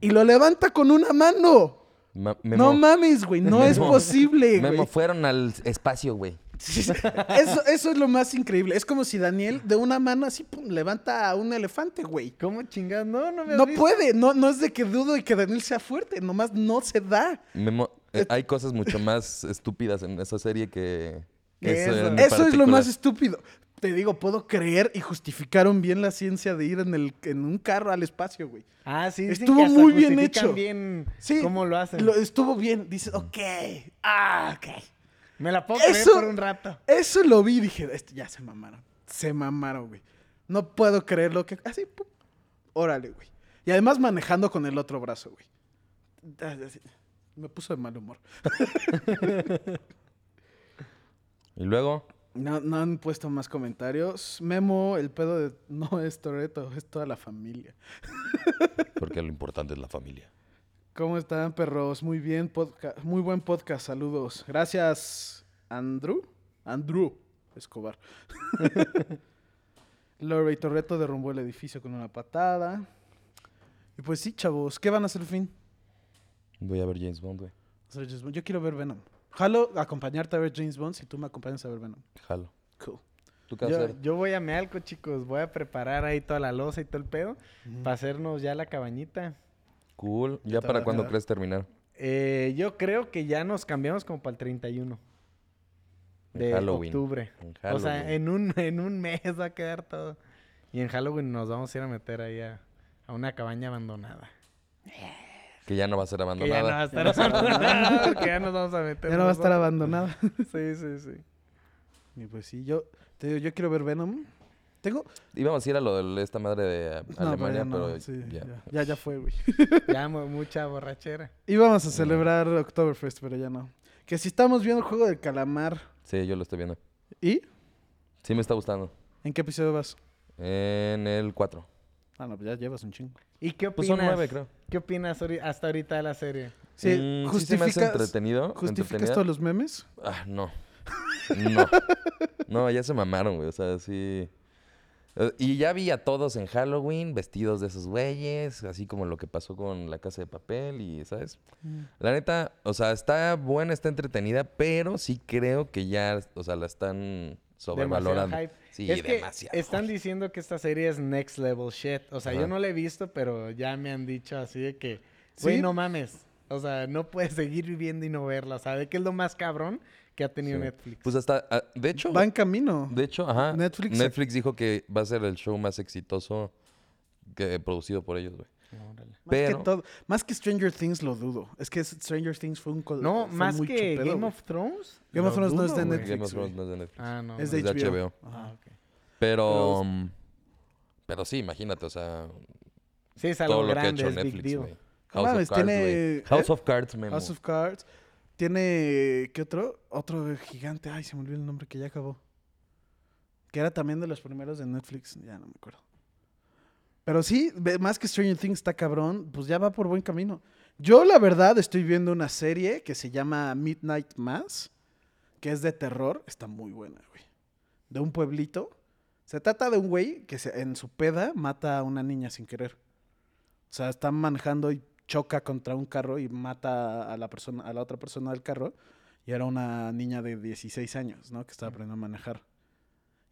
A: y lo levanta con una mano.
B: Ma-
A: No
B: Memo-
A: mames, güey. No es
B: Memo.
A: posible, güey.
B: Memo, fueron al espacio, güey.
A: Sí, sí. Eso, eso es lo más increíble. Es como si Daniel de una mano así pum, levanta a un elefante, güey.
C: ¿Cómo chingas? No, no me has
A: No
C: visto.
A: puede, no, no es de que dudo y que Daniel sea fuerte, nomás no se da.
B: Memo, eh, hay cosas mucho más estúpidas en esa serie que...
C: Que eso.
B: en
C: En
A: Eso es lo
B: particular.
A: más estúpido. Te digo, puedo creer y justificaron bien la ciencia de ir en, el, en un carro al espacio, güey.
C: Ah, sí, sí, que
A: Estuvo
C: hasta
A: muy bien
C: justifican
A: hecho.
C: bien
A: Sí.
C: cómo lo hacen.
A: estuvo bien. Dices, ok, ah, ok.
C: Me la puedo
A: Eso-
C: creer por un rato.
A: Eso lo vi y dije, "Este- ya se mamaron. Se mamaron, güey. No puedo creer lo que. Así, pum. Órale, güey. Y además manejando con el otro brazo, güey. Ah, así. Me puso de mal humor.
B: Y luego,
A: No, no han puesto más comentarios. Memo, el pedo de no es Toreto, es toda la familia.
B: porque lo importante es la familia.
A: ¿Cómo están, perros? Muy bien, podcast. Muy buen podcast, saludos. Gracias, Andrew. Andrew Escobar. Lore y Torreto derrumbó el edificio con una patada. Y pues sí, chavos, ¿qué van a hacer al fin?
B: Voy a ver James Bond, güey.
A: Hacer James Bond. Yo quiero ver Venom. Jalo acompañarte a ver James Bond si tú me acompañas a ver Venom.
B: Jalo.
A: Cool.
B: ¿Tú qué vas a
C: Yo,
B: hacer?
C: yo voy a Mealco, chicos. Voy a preparar ahí toda la losa y todo el pedo
A: Mm.
C: para hacernos ya la cabañita.
B: Cool. ¿Ya
A: te
B: para
A: va a
B: cuándo
A: quedar?
B: crees terminar?
C: Eh, yo creo que ya nos cambiamos como para el 31
B: En
C: de
B: Halloween.
C: octubre.
B: En
C: O sea,
B: Halloween.
C: en un, en un mes va a quedar todo. Y en Halloween nos vamos a ir a meter ahí a, a una cabaña abandonada.
B: Que ya no va a ser
C: Que ya no va a
B: abandonada.
C: estar abandonada. porque ya nos vamos a meter.
A: Ya no va a estar
C: nosotros.
A: abandonada.
C: Sí, sí, sí.
A: Y pues sí, yo, te digo, yo quiero ver Venom. Tengo.
B: Íbamos a ir a lo de esta madre de eh,
A: No, pero ya
B: Alemania,
A: no,
B: pero,
A: sí,
B: ya.
A: ya. ya, ya fue, güey.
C: Ya mu- mucha borrachera.
A: Íbamos a celebrar Oktoberfest, pero ya no. Que si estamos viendo el juego del calamar.
B: Sí, yo lo estoy viendo.
A: ¿Y?
B: Sí, me está gustando.
A: ¿En qué episodio vas?
B: En el 4.
A: Ah, no, pues ya llevas un chingo.
C: ¿Y qué
B: Pues
C: opinas?
B: son 9, creo.
C: ¿Qué opinas ahori- hasta ahorita de la serie?
A: Sí,
B: Mm, se me
A: justificas,
B: hace entretenido.
A: ¿justificas
B: entretenida.
A: todos los memes.
B: Ah, no. No. No, ya se mamaron, güey. O sea, sí. Eh, Y ya vi a todos en Halloween vestidos de esos güeyes, así como lo que pasó con la casa de papel y, ¿sabes? La neta, o sea, está buena, está entretenida, pero sí creo que ya, o sea, la están sobrevalorando.
C: Demasiado hype.
B: Sí,
C: Es que
B: demasiado.
C: Están diciendo que esta serie es next level shit. O sea,
B: Ajá.
C: yo no la he visto, pero ya me han dicho así de que, güey,
A: Sí.
C: no mames. O sea, no puedes seguir viviendo y no verla. ¿Sabes qué es lo más cabrón que ha tenido
B: Sí.
C: Netflix?
B: Pues hasta, ah, de hecho,
A: Va en camino.
B: de hecho, ajá.
A: Netflix-
B: Netflix, dijo que va a ser el show más exitoso que producido por ellos, güey.
C: Órale.
A: más,
B: pero-
A: que todo, más que Stranger Things lo dudo. Es que Stranger Things fue un...
B: pues,
A: col-
C: No,
A: fue
C: más
A: muy
C: que
A: chupedo,
C: Game
A: güey.
C: of Thrones.
A: Game of
C: lo
A: Thrones no es de
C: güey.
A: Netflix.
B: Game of
A: güey.
B: Thrones no es de Netflix.
C: Ah, no.
A: Es
C: güey.
A: de
B: Es de
A: HBO.
B: HBO.
A: Ajá.
C: Ah, ok.
B: Pero,
A: Pero-
B: mm, pero sí, imagínate, o sea,
C: Sí, es algo
B: todo lo que ha
C: grande,
B: hecho
C: es big
B: Netflix,
C: deal.
B: güey.
A: No
B: House
A: mames,
B: of Cards,
A: tiene-
B: güey.
A: ¿eh?
B: House of Cards, Memo.
A: House of Cards. Tiene... ¿Qué otro? Otro gigante. Ay, se me olvidó el nombre que ya acabó. Que era también de los primeros de Netflix. Ya no me acuerdo. Pero sí, ve- más que Stranger Things está cabrón, pues ya va por buen camino. Yo, la verdad, estoy viendo una serie que se llama Midnight Mass, que es de terror. Está muy buena, güey. De un pueblito. Se trata de un güey que se- en su peda mata a una niña sin querer. O sea, está manejando y choca contra un carro y mata a la, persona, a la otra persona del carro. Y era una niña de 16 años, ¿no? Que estaba aprendiendo a manejar.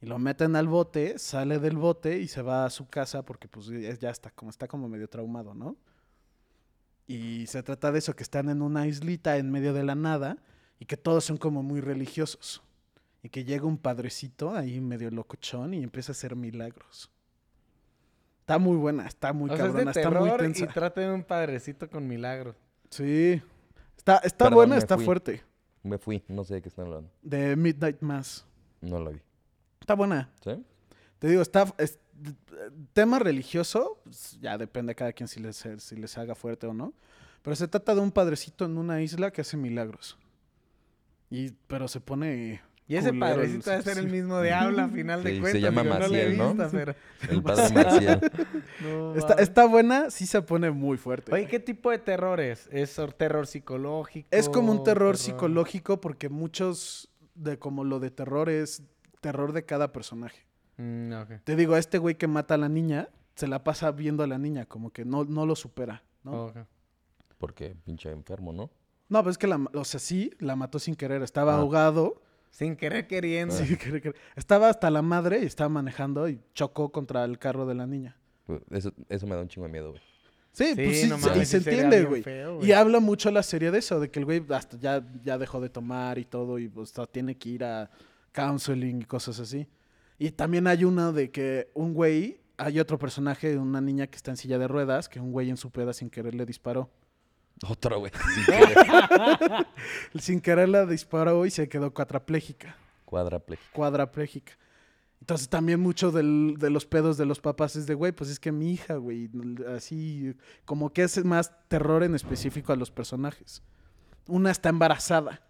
A: Y lo meten al bote, sale del bote y se va a su casa porque pues ya ya está como, está como medio traumado, ¿no? Y se trata de eso, que están en una islita en medio de la nada y que todos son como muy religiosos. Y que llega un padrecito ahí medio locochón y empieza a hacer milagros. Está muy buena, está muy
C: o sea, es
A: cabrona,
C: de
A: está muy
C: terror
A: tensa.
C: y trata de un padrecito con milagros.
A: Sí. Está, está
B: Perdón,
A: buena,
B: me
A: está
B: fui.
A: fuerte.
B: Me fui, no sé de qué están hablando.
A: De Midnight Mass.
B: No la vi.
A: Está buena.
B: ¿Sí?
A: Te digo, está. es- tema religioso, pues, ya depende a cada quien si les, si les haga fuerte o no. Pero se trata de un padrecito en una isla que hace milagros. Y, pero se pone
C: Y ese
A: Culero,
C: padrecito
A: el-
C: debe ser el mismo de habla, a final de
B: Sí, se
C: cuentas.
B: llama
C: digo, lo he
B: Maciel, ¿no?
C: visto, pero-
B: El padre Marcial.
C: No,
A: Está,
C: mames.
A: está buena, sí se pone muy fuerte.
C: Oye, ¿qué tipo de terror es? ¿Es or- terror psicológico?
A: Es como un terror psicológico porque muchos de como lo de terror es terror de cada personaje.
C: Mm, ok.
A: Te digo, a este güey que mata a la niña, se la pasa viendo a la niña, como que no, no lo supera, ¿no?
C: Ok.
B: Porque pinche enfermo, ¿no?
A: No, pues es que la, o sea, sí, la mató sin querer, estaba
B: Ah.
A: ahogado,
C: Sin querer queriendo.
A: sin querer, querer. estaba hasta la madre y estaba manejando y chocó contra el carro de la niña.
B: Eso, eso me da un chingo de miedo, güey.
A: Sí,
C: Sí,
A: pues sí,
C: no
A: se- y
B: mames,
A: se
C: sí sería
A: entiende,
C: bien
A: güey.
C: feo, güey.
A: Y habla mucho la serie de eso, de que el güey hasta ya, ya dejó de tomar y todo, y pues, hasta tiene que ir a counseling y cosas así. Y también hay una de que un güey, hay otro personaje de una niña que está en silla de ruedas, que un güey en su peda sin querer le disparó.
B: Otro, güey. sin querer.
A: Sin querer la disparó y se quedó cuadraplégica.
B: Cuadrapléjico.
A: Cuadraplégica. Entonces también mucho del- de los pedos de los papás es de, güey, pues es que mi hija, güey, así como que es más terror en específico a los personajes. Una está embarazada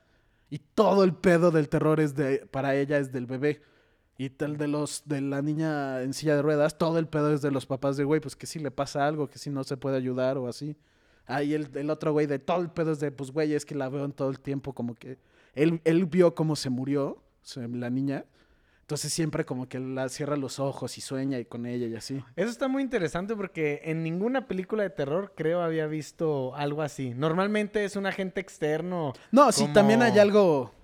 A: y todo el pedo del terror es de, para ella es del bebé. Y tal de los de la niña en silla de ruedas, todo el pedo es de los papás de, güey, pues que si le pasa algo, que si no se puede ayudar o así. Ahí el, el otro güey de todo el pedo es de, pues güey, es que la veo en todo el tiempo, como que él, él vio cómo se murió se- la niña. Entonces siempre como que la cierra los ojos y sueña y con ella y así.
C: Eso está muy interesante porque en ninguna película de terror creo había visto algo así. Normalmente es un agente externo.
A: No, sí, también
C: como-
A: hay algo...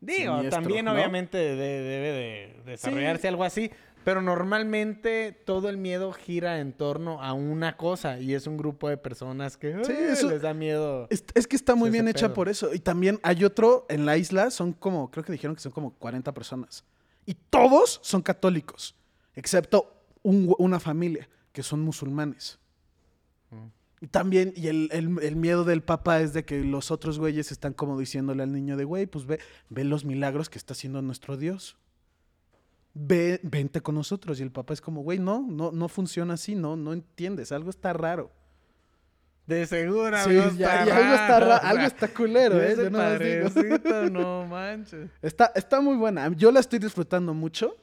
C: Digo,
A: Siniestro,
C: también
A: ¿no?
C: obviamente de- debe de desarrollarse algo así, pero normalmente todo el miedo gira en torno a una cosa y es un grupo de personas que
A: Sí,
C: "Ay,
A: eso-
C: les da miedo.
A: Es, es que está muy
C: Sí,
A: bien
C: ese
A: hecha
C: pedo.
A: por eso. Y también hay otro en la isla, son como, creo que dijeron que son como 40 personas. Y todos son católicos, excepto un gü- una familia, que son musulmanes.
C: Mm.
A: Y también, y el, el- el miedo del papá es de que los otros güeyes están como diciéndole al niño de, güey, pues ve, ve los milagros que está haciendo nuestro Dios. Ve, vente con nosotros. Y el papá es como, güey, no, no, no funciona así, no, no entiendes, algo está raro.
C: De seguro,
A: Sí,
C: algo,
A: ya-
C: está
A: ya algo está
C: raro,
A: ra-
C: o sea,
A: algo está culero,
C: y
A: ¿eh?
C: ese
A: Yo nada más digo.
C: padrecito, no manches.
A: Está, está muy buena. Yo la estoy disfrutando mucho.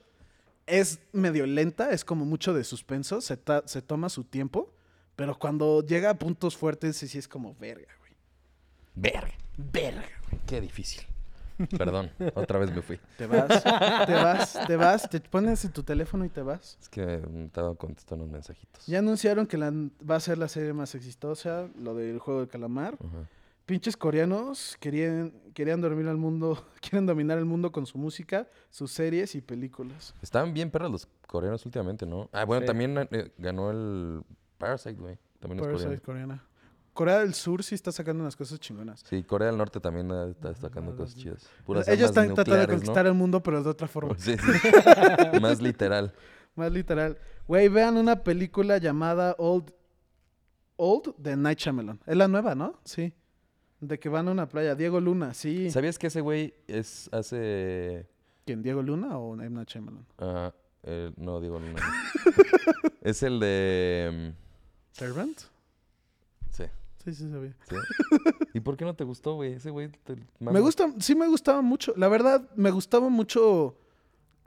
A: Es medio lenta, es como mucho de suspenso. Se, ta- se toma su tiempo. Pero cuando llega a puntos fuertes, sí, sí es como verga, güey.
B: Verga.
A: Verga. güey.
B: Qué difícil. Perdón, otra vez me fui.
A: Te vas, te vas, te vas, te pones en tu teléfono y te vas.
B: Es que mm, estaba contestando unos mensajitos.
A: Ya anunciaron que la- va a ser la serie más exitosa, lo del juego del calamar.
B: Ajá.
A: Pinches coreanos querían, querían dormir al mundo, quieren dominar el mundo con su música, sus series y películas.
B: Estaban bien perros los coreanos últimamente, ¿no? Ah, bueno,
C: Sí.
B: también eh, ganó el Parasite, güey. También es
A: Parasite
B: coreano.
A: coreana. Corea del Sur sí está sacando unas cosas chingonas.
B: Sí, Corea del Norte también eh, está
A: Ah,
B: destacando cosas chidas. Puras
A: Ellos
B: armas
A: están tratando de
B: nucleares,
A: conquistar el mundo, pero de otra forma.
B: ¿no? Sí, sí. Más literal.
A: Más literal. Güey, vean una película llamada Old, Old de Night Shyamalan. Es la nueva, ¿no? Sí. De que van a una playa. Diego Luna, sí.
B: ¿Sabías que ese güey es hace
A: ¿Quién? ¿Diego Luna o M. Night Shyamalan?
B: ah, eh, no digo no. es el de
A: ¿Servant?
B: mm, sí,
A: Sí, sí, sabía.
B: sí. ¿Y por qué no te gustó, güey? Ese güey te
A: Me
B: mama.
A: gusta, sí me gustaba mucho. La verdad, me gustaba mucho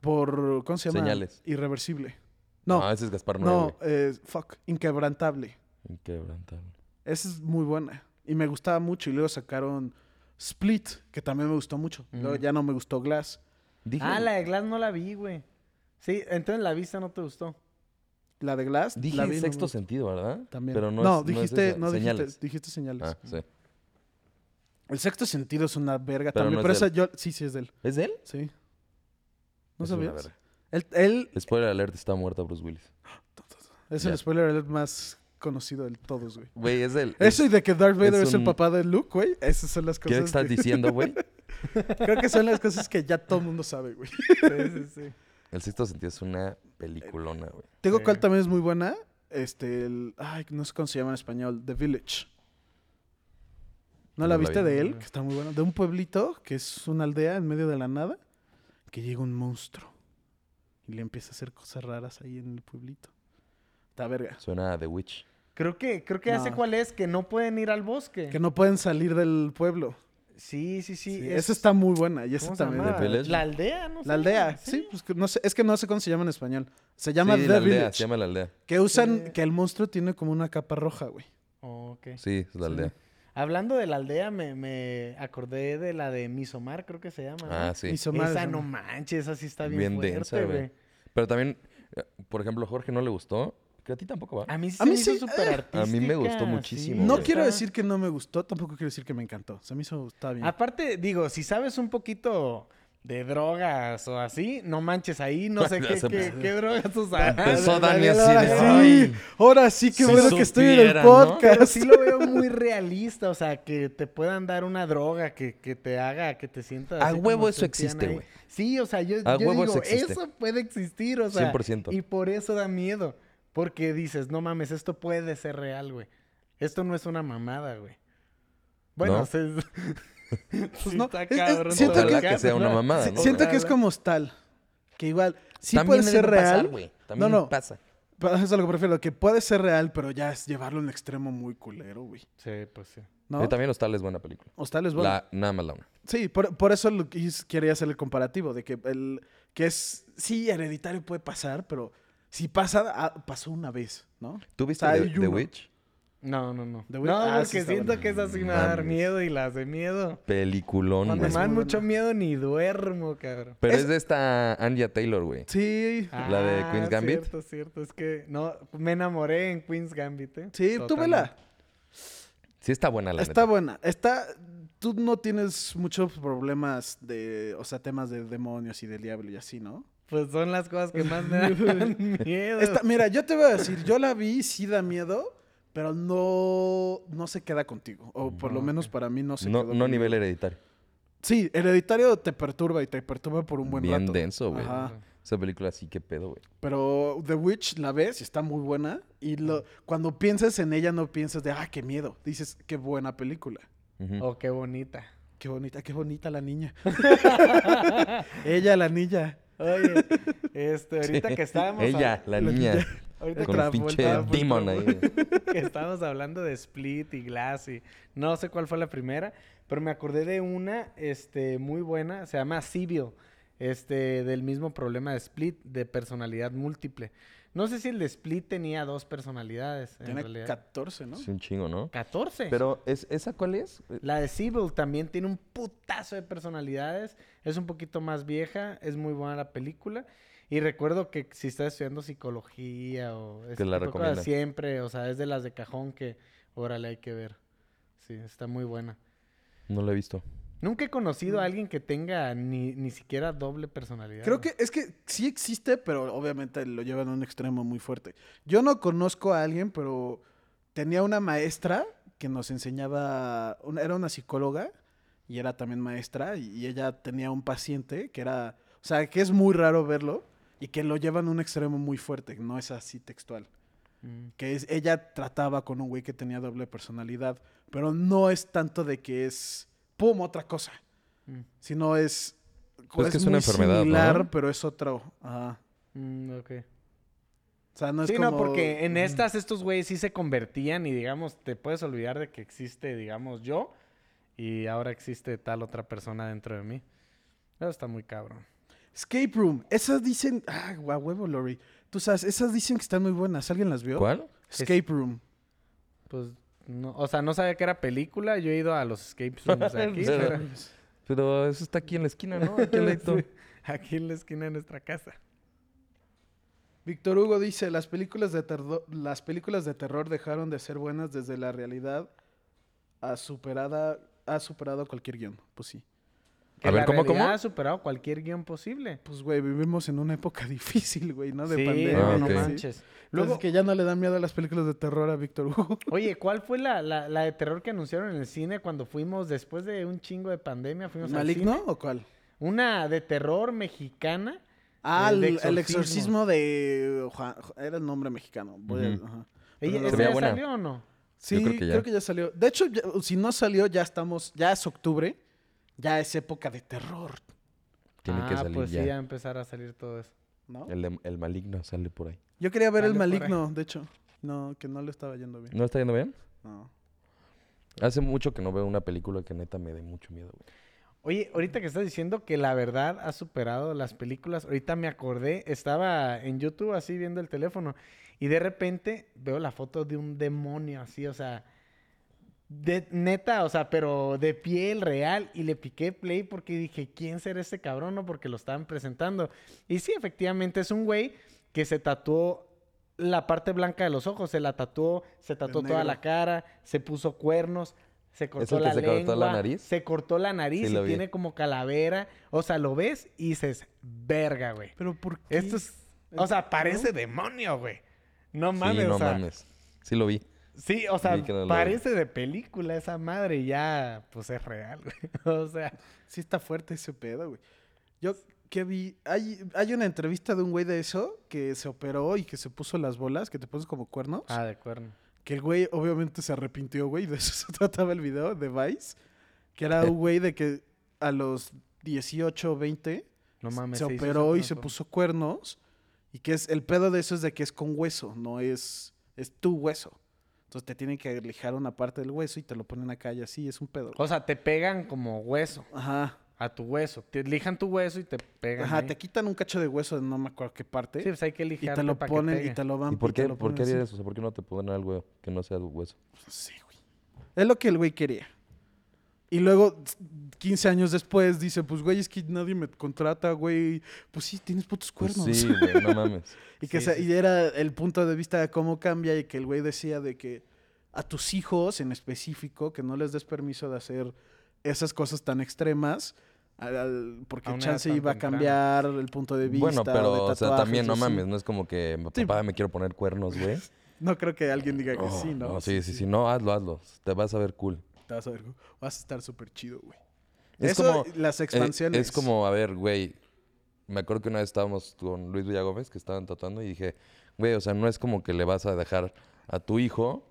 A: por, ¿cómo se llama?
B: Señales. Ah,
A: Irreversible.
B: No,
A: No,
B: ese es Gaspar
A: no,
B: Noé. güey.
A: eh, fuck, inquebrantable.
B: Inquebrantable.
A: Esa es muy buena. Y me gustaba mucho. Y luego sacaron Split, que también me gustó mucho. Luego
C: Mm.
A: ya no me gustó Glass.
B: Dije,
C: Ah, la de Glass no la vi, güey. Sí, entonces la vista no te gustó.
A: La de Glass.
B: dije
A: la vi, no me
B: sexto
A: gustó.
B: sentido, ¿verdad?
A: También.
B: Pero no, es-
A: dijiste,
B: es esa.
A: no, dijiste,
B: Señales.
A: dijiste señales.
B: Ah, sí.
A: El sexto sentido es una verga
B: Pero
A: también.
B: no
A: pero
B: es
A: esa yo. Sí, sí, es de él.
B: ¿Es de él?
A: Sí. ¿No
B: Es una
A: sabías?
B: verga.
A: Él, él
B: Spoiler alert, está muerta Bruce Willis.
A: es
B: Ya.
A: el spoiler alert más conocido de todos, güey.
B: Güey, es del
A: Eso y de que Darth Vader
B: es
A: es, el
B: un-
A: papá de Luke, güey. Esas son las
B: ¿Qué
A: cosas.
B: estás
A: que-
B: diciendo, güey?
A: Creo que son las cosas que ya todo el mundo sabe, güey.
C: Sí, sí, sí.
B: El sexto sentido es una peliculona, güey.
A: Te digo
C: Sí.
A: cuál también es muy buena. Este, el. Ay, no sé cómo se llama en español. The Village. ¿No
B: No
A: la
B: la
A: viste
B: vi.
A: de él? Que está muy buena. De un pueblito que es una aldea en medio de la nada. Que llega un monstruo. Y le empieza a hacer cosas raras ahí en el pueblito. Está verga.
B: Suena a The Witch.
C: Creo que, creo que ya sé
A: No.
C: cuál es, que no pueden ir al bosque.
A: Que no pueden salir del pueblo.
C: Sí, sí, sí.
A: Sí, Esa está muy buena. Y esa
C: ¿cómo se
A: también.
C: llama?
B: The Village.
C: La aldea, ¿no? sé,
A: La aldea.
C: sí.
A: Sí, pues que no sé, es que no sé cómo se llama en español. Se llama
B: sí,
A: The
B: la aldea,
A: Village.
B: se llama la aldea.
A: Que usan,
C: Sí.
A: que el monstruo tiene como una capa roja, güey.
C: Ok.
B: Sí, es la aldea.
C: Hablando de la aldea, me, me acordé de la de Misomar, creo que se llama. ¿no?
B: Ah, sí.
A: Midsommar,
C: Esa
A: ¿no?
C: no manches, esa sí está bien,
B: Bien
C: fuerte,
B: densa, güey.
C: güey.
B: Pero también, eh, por ejemplo, a Jorge no le gustó. Que a ti tampoco va.
C: A mí sí,
A: A
C: se
A: mí
C: me hizo
A: sí, eh,
C: súper
B: a mí me gustó
C: artística,
B: muchísimo,
C: sí.
A: No
B: güey.
A: quiero
C: Está-
A: decir que no me gustó, tampoco quiero decir que me encantó. Se me hizo, está bien.
B: Ah,
C: Aparte, digo, si sabes un poquito de drogas o así, no manches, ahí no sé
B: Ya
C: qué,
B: se
C: qué,
B: empezó.
C: qué drogas usar.
A: Ah,
B: Empezó Dani
A: Daniel,
B: así de,
A: ahora sí, ahora sí, qué
B: Si
A: bueno que estoy en el
B: supiera, ¿no?
A: podcast.
C: Pero sí lo veo muy realista, o sea, que te puedan dar una droga que, que te haga, que te sientas...
B: A
C: así
B: huevo
C: como
B: eso
C: sentían
B: existe,
C: ahí.
B: güey.
C: Sí, o sea, yo,
B: A
C: yo
B: huevo
C: digo,
B: eso Ah, existe.
C: eso puede existir, o sea...
B: 100%.
C: Y por eso da miedo, porque dices, no mames, esto puede ser real, güey. Esto no es una mamada, güey. Bueno,
B: ¿No?
C: se-
A: Pues
C: sí
A: no,
C: está
A: es- es-
C: cabrón
A: siento
C: todo el
B: Ojalá
A: que-
B: que, sea una
C: caso, ¿no?
B: mamada.
A: Si-
B: ¿no,
A: siento
B: güey?
A: que es como tal. Que igual, sí
B: También
A: puede
B: es
A: ser
B: de pasar,
A: real.
B: güey.
A: no,
B: También
A: no,
B: pasa.
A: pero eso es a lo que prefiero, que puede ser real, pero ya es llevarlo a un extremo muy culero, güey.
C: Sí, pues sí.
A: ¿No?
B: Yo Eh, también Hostal es buena película.
A: Hostal es bueno.
B: La, nada más la una.
A: Sí, por, por eso lo quis- quería hacer el comparativo, de que el que es, sí, hereditario puede pasar, pero si pasa, ah, pasó una vez, ¿no?
B: ¿Tuviste
A: O sea,
B: The,
A: hay
B: The
A: uno.
B: Witch?
C: No, no, no.
A: The
C: No,
A: Witch- ah, sí
C: porque
A: está
C: siento
A: buena.
C: que esas sí me va a dar
B: Mames.
C: miedo y las de miedo.
B: Peliculón,
C: Cuando
B: güey.
C: me dan
A: muy buena.
C: mucho miedo ni duermo, cabrón.
B: Pero
A: Es-
B: es... de esta Anya Taylor, güey.
A: Sí,
B: ¿La de Queen's
C: Ah,
B: Gambit?
C: Cierto, cierto. Es que no, me enamoré en Queen's Gambit, ¿eh?
A: sí, tú
C: Totalmente.
A: vela.
B: Sí está buena la
A: Está
B: neta.
A: buena. Está, tú no tienes muchos problemas de, o sea, temas de demonios y del diablo y así, ¿no?
C: Pues son las cosas que más me dan miedo.
B: Eh.
A: Esta- mira, yo te voy a decir, yo la vi, sí da miedo, pero no, no se queda contigo. O por lo
C: No,
A: menos
C: ok.
A: para mí no se
B: No,
A: quedó
B: no
A: conmigo.
B: nivel hereditario.
A: Sí, hereditario te perturba y te perturba por un buen
B: Bien
A: rato.
B: denso, güey.
A: Ajá.
B: Esa película sí, qué pedo, güey.
A: Pero The Witch la ves y está muy buena. Y lo, cuando piensas en ella, no piensas de, ah, qué miedo. Dices, qué buena película.
B: Ujú.
C: Oh, qué bonita.
A: Qué bonita, qué bonita la niña. ella, la niña.
C: Oye, este, ahorita que estábamos...
B: Ella, la
A: la
B: niña.
A: niña.
C: hab-
B: Con
C: ahorita que-
B: un
A: Travolta,
B: pinche
A: Travolta,
B: demon ahí. güey.
C: que estábamos hablando de Split y Glass y no sé cuál fue la primera, pero me acordé de una este, muy buena, se llama Civil, este, del mismo problema de Split, de personalidad múltiple. No sé si el de Split tenía dos personalidades, en
A: Tiene
C: realidad.
A: 14, ¿no?
B: Sí, un chingo, ¿no?
C: 14.
B: Pero, ¿es, ¿esa cuál es?
C: La de Civil también tiene un putazo de personalidades. Es un poquito más vieja. Es muy buena la película. Y recuerdo que si estás estudiando psicología o... ese
B: Te la
C: tipo de cosas,
B: recomiendan.
C: Siempre, o sea, es de las de cajón que... Órale, hay que ver. Sí, está muy buena.
B: No la he visto.
C: Nunca he conocido a alguien que tenga ni, ni siquiera doble personalidad.
A: Mm. Creo
C: güey.
A: que es que sí existe, pero obviamente lo llevan a un extremo muy fuerte. Yo no conozco a alguien, pero tenía una maestra que nos enseñaba, una- era una psicóloga y era también maestra y, y ella tenía un paciente que era, o sea, que es muy raro verlo y que lo llevan a un extremo muy fuerte, no es así textual.
C: Mm.
A: Que es, ella trataba con un güey que tenía doble personalidad, pero no es tanto de que es, pum, otra cosa
C: Mm.
A: sino es
B: Pues es que es una
A: muy
B: enfermedad,
A: similar,
B: ¿no?
A: pero es otro. Ajá.
C: Mm, ok.
A: O sea, no es
C: sí, no,
A: como-
C: porque en
A: Ujú.
C: estas estos güeyes sí se convertían y digamos, te puedes olvidar de que existe, digamos, yo y ahora existe tal otra persona dentro de mí. Eso está muy cabrón.
A: Escape Room, esas dicen, ah, a huevo, Lori. Tú sabes, esas dicen que están muy buenas. ¿Alguien las vio?
B: ¿Cuál?
A: Escape Room.
C: Pues no, o sea, no sabía que era película, yo he ido a los escape rooms de aquí,
B: Pero-
C: pero
B: Pero eso está aquí en la esquina, ¿no? Aquí al ladito.
C: Sí, aquí en la esquina de nuestra casa.
A: Víctor Hugo dice, las películas, de terdo- las películas de terror dejaron de ser buenas desde la realidad ha superada ha superado cualquier guión. Pues sí.
C: Que
B: A ver,
C: la
B: ¿cómo, cómo?
C: realidad ha superado cualquier guión posible.
A: Pues, güey, vivimos en una época difícil, güey, ¿no? De
C: sí,
A: pandemia.
B: Ah,
C: no
B: ok.
A: ¿sí?
C: manches.
A: Luego
C: Luego,
A: es que ya no le dan miedo a las películas de terror a Víctor Hugo.
C: Oye, ¿cuál fue la, la, la de terror que anunciaron en el cine cuando fuimos, después de un chingo de pandemia, fuimos al cine?
A: ¿Maligno o cuál?
C: Una de terror mexicana.
A: Ah,
C: El
A: el,
C: de
A: el
C: exorcismo.
A: exorcismo de Juan, era el nombre mexicano. Voy a-
B: Ujú.
A: ajá. Pero
C: ¿Ella,
A: no-
C: ¿E-, ¿esa
B: veía
C: ya
B: buena.
C: salió o no?
A: Sí,
B: Yo
A: creo que, ya. salió. De hecho, ya- si no salió, ya estamos, ya es octubre, ya es época de terror,
B: Tiene que
C: Ah,
B: salir
C: pues
B: ya.
C: sí, ya empezar a salir todo eso.
A: ¿no?
B: El, de- el maligno sale por ahí.
A: Yo quería ver el
C: Sale por ahí.
A: maligno, de hecho. No, que no le estaba yendo bien.
B: ¿No está yendo bien?
A: No.
B: Hace mucho que no veo una película que neta me dé mucho miedo, güey.
C: Oye, ahorita que estás diciendo que la verdad ha superado las películas, ahorita me acordé, estaba en YouTube así viendo el teléfono y de repente veo la foto de un demonio así, o sea, de neta, o sea, pero de piel real y le piqué play porque dije, ¿quién será este cabrón? No, porque lo estaban presentando. Y sí, efectivamente es un güey que se tatuó la parte blanca de los ojos, se la tatuó, se tatuó toda
A: negro.
C: la cara, se puso cuernos, se cortó
B: el que
C: la
B: se cortó la
C: lengua,
B: nariz?
C: se cortó la nariz
B: Sí,
C: y
B: lo vi.
C: tiene como calavera, o sea, lo ves y dices, "Verga, güey."
A: Pero ¿por qué?
C: Esto Este es o sea, parece demonio, güey. No mames,
B: sí, no
C: o sea,
B: mames. Sí lo vi.
C: sí, o sea,
B: Vi que no lo-
C: parece de película esa madre y ya pues es real, güey. O sea,
A: Sí está fuerte ese pedo, güey. Yo que vi... Hay, hay una entrevista de un güey de eso que se operó y que se puso las bolas, que te pones como cuernos.
C: ah, de cuerno.
A: Que el güey obviamente se arrepintió, güey. De eso se trataba el video de Vice. Que era
C: Eh.
A: un güey de que a los 18 o 20
C: No mames,
A: se
C: hizo
A: operó
C: esa
A: y se
C: cosa.
A: puso cuernos. Y que es el pedo de eso es de que es con hueso, no es, es tu hueso. Entonces te tienen que lijar una parte del hueso y te lo ponen acá y así, es un pedo. güey.
C: O sea, te pegan como hueso
A: Ajá.
C: a tu hueso, te lijan tu hueso y te pegan.
A: Ajá,
C: ahí.
A: te quitan un cacho de hueso de no me acuerdo qué parte.
C: Sí, pues hay que
A: y
C: lijarte
A: te lo
C: pa' que
A: ponen y
C: pegue.
A: te lo van
B: ¿Y por
A: te
B: qué,
A: lo
B: por qué
A: ponen así.
B: harían eso? O sea, ¿por qué no te ponen algo que no sea tu hueso?
A: Sí, güey. Es lo que el güey quería. Y luego, s- 15 años después, dice, pues, güey, es que nadie me contrata, güey. Pues sí, tienes putos
B: Pues
A: cuernos.
B: sí, güey, no mames.
A: y que
C: sí,
A: se-
C: sí.
A: y era el punto de vista de cómo cambia y que el güey decía de que a tus hijos en específico, que no les des permiso de hacer esas cosas tan extremas, al- al- porque
C: A una edad
A: chance
C: tan
A: iba a
C: temprana.
A: cambiar el punto de vista.
B: Bueno, pero,
A: de
B: o sea,
A: tatuajes
B: también
A: y
B: no
A: así.
B: mames, no es como que
A: Sí.
B: papá me quiero poner cuernos, güey.
A: No creo que alguien diga que
B: Oh,
A: sí, ¿no?
B: sí, sí, sí, no, hazlo, hazlo. Te vas a ver cool.
A: Te vas a ver, vas a estar súper chido, güey.
B: Es
A: Eso,
B: como-
A: las
B: Eh,
A: expansiones.
B: Es como, a ver, güey. Me acuerdo que una vez estábamos con Luis Villagómez, que estaban tatuando, y dije, güey, o sea, no es como que le vas a dejar a tu hijo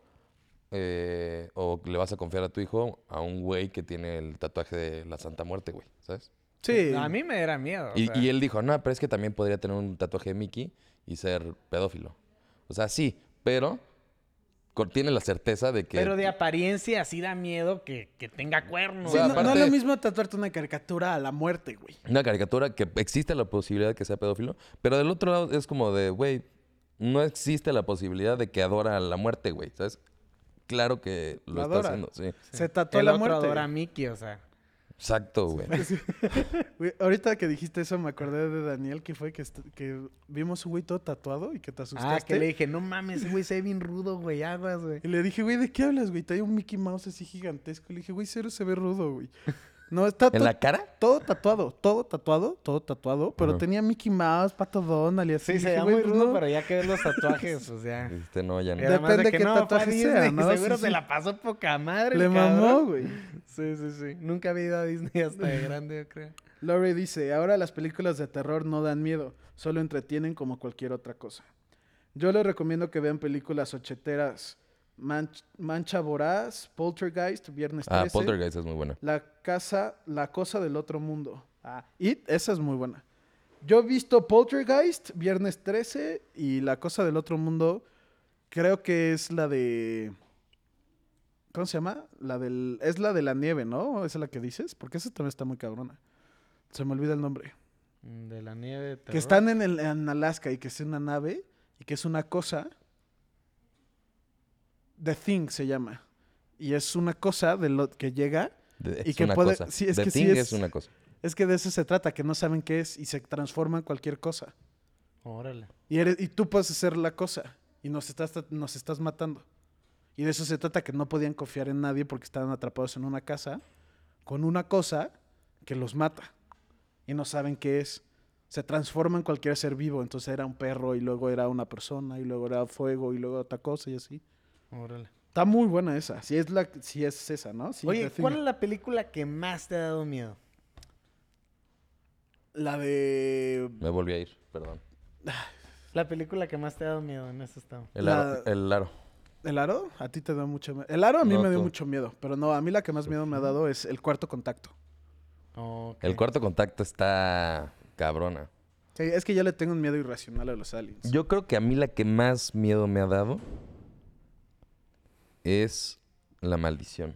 B: eh, o le vas a confiar a tu hijo a un güey que tiene el tatuaje de la Santa Muerte, güey, ¿sabes?
A: Sí.
C: A mí me era miedo. o
B: Y,
C: sea.
B: y él dijo, no, pero es que también podría tener un tatuaje de Mickey y ser pedófilo. O sea, sí, pero con- tiene la certeza de que...
C: Pero de apariencia sí da miedo que, que tenga cuernos.
A: Sí,
B: O sea,
A: no, no
B: aparte-
A: es lo mismo tatuarte una caricatura a la muerte, güey.
B: una caricatura que existe la posibilidad de que sea pedófilo, pero del otro lado es como de, güey, no existe la posibilidad de que adora a la muerte, güey, ¿sabes? Claro que lo
A: La
B: está
A: adora.
B: haciendo, sí.
A: Se tatuó
C: El
A: la
C: otro
A: muerte.
C: adora a Mickey, o sea.
B: Exacto, güey.
A: Güey, ahorita que dijiste eso me acordé de Daniel que fue que, est- que vimos un güey todo tatuado y que te asustaste.
C: Ah, que le dije, no mames, ese güey, se ve bien rudo, güey, aguas, güey.
A: Y le dije, güey, ¿de qué hablas, güey? Trae un Mickey Mouse así gigantesco. Y Le dije, güey, cero se ve rudo, güey. No, está
B: ¿En
A: to-
B: la cara?
A: todo tatuado, todo tatuado, todo tatuado. Pero
B: Ajá.
A: tenía Mickey Mouse, Pato Donald y así.
C: Sí,
A: Le dije,
C: se veía
A: güey,
C: muy
A: pues
C: rudo,
A: no.
C: pero ya que ves los tatuajes, o sea.
B: Este, no, ya no.
C: Y además
A: Depende qué
C: fue a
A: tatuaje sea,
C: Disney,
A: ¿no?
C: Seguro
A: Sí,
C: se
A: sí.
C: la pasó poca madre.
A: Le
C: el
A: mamó,
C: cabrón.
A: güey.
C: Sí, sí, sí. Nunca había ido a Disney hasta de grande, yo creo.
A: Laurie dice, ahora las películas de terror no dan miedo, solo entretienen como cualquier otra cosa. Yo les recomiendo que vean películas ocheteras, Manch- Mancha Voraz, Poltergeist, Viernes 13,
B: Ah, Poltergeist es muy buena.
A: La Casa, La Cosa del Otro Mundo. Ah, It, esa es muy buena. Yo he visto Poltergeist, Viernes 13 y La Cosa del Otro Mundo, creo que es la de... ¿Cómo se llama? La del, es la de la nieve, ¿no? ¿Esa es la que dices? Porque esa también está muy cabrona. Se me olvida el nombre.
C: Mm, De la nieve. de
A: Que
C: terror.
A: están en, el, en Alaska y que es una nave y que es una cosa. The Thing se llama. Y es una cosa de lo que llega.
B: De-
A: Y
B: es
A: que
B: una
A: puede-
B: cosa.
A: sí, es
B: The
A: que sí
B: Thing
A: es-
B: es una cosa.
A: Es que de eso se trata, que no saben qué es y se transforma en cualquier cosa.
C: Órale.
A: Y, eres- y tú puedes hacer la cosa y nos estás, tra- nos estás matando. Y de eso se trata, que no podían confiar en nadie porque estaban atrapados en una casa con una cosa que los mata. Y no saben qué es. Se transforma en cualquier ser vivo. Entonces era un perro y luego era una persona y luego era fuego y luego otra cosa y así.
C: Órale.
A: Está muy buena esa. Si es, la, si es esa, ¿no? Sí,
C: Oye,
A: The Thing.
C: ¿cuál es la película que más te ha dado miedo?
A: La de...
B: Me volví a ir, perdón.
C: La película que más te ha dado miedo en eso estamos.
B: El,
A: La-
B: aro, el aro.
A: ¿El aro? A ti te da mucho miedo. El aro a mí
B: No,
A: me dio
B: tú.
A: mucho miedo, pero no, a mí la que más miedo me ha dado es el cuarto contacto.
C: Ok.
B: El cuarto contacto está cabrona.
A: Sí, es que yo le tengo un miedo irracional a los aliens.
B: Yo creo que a mí la que más miedo me ha dado es la maldición.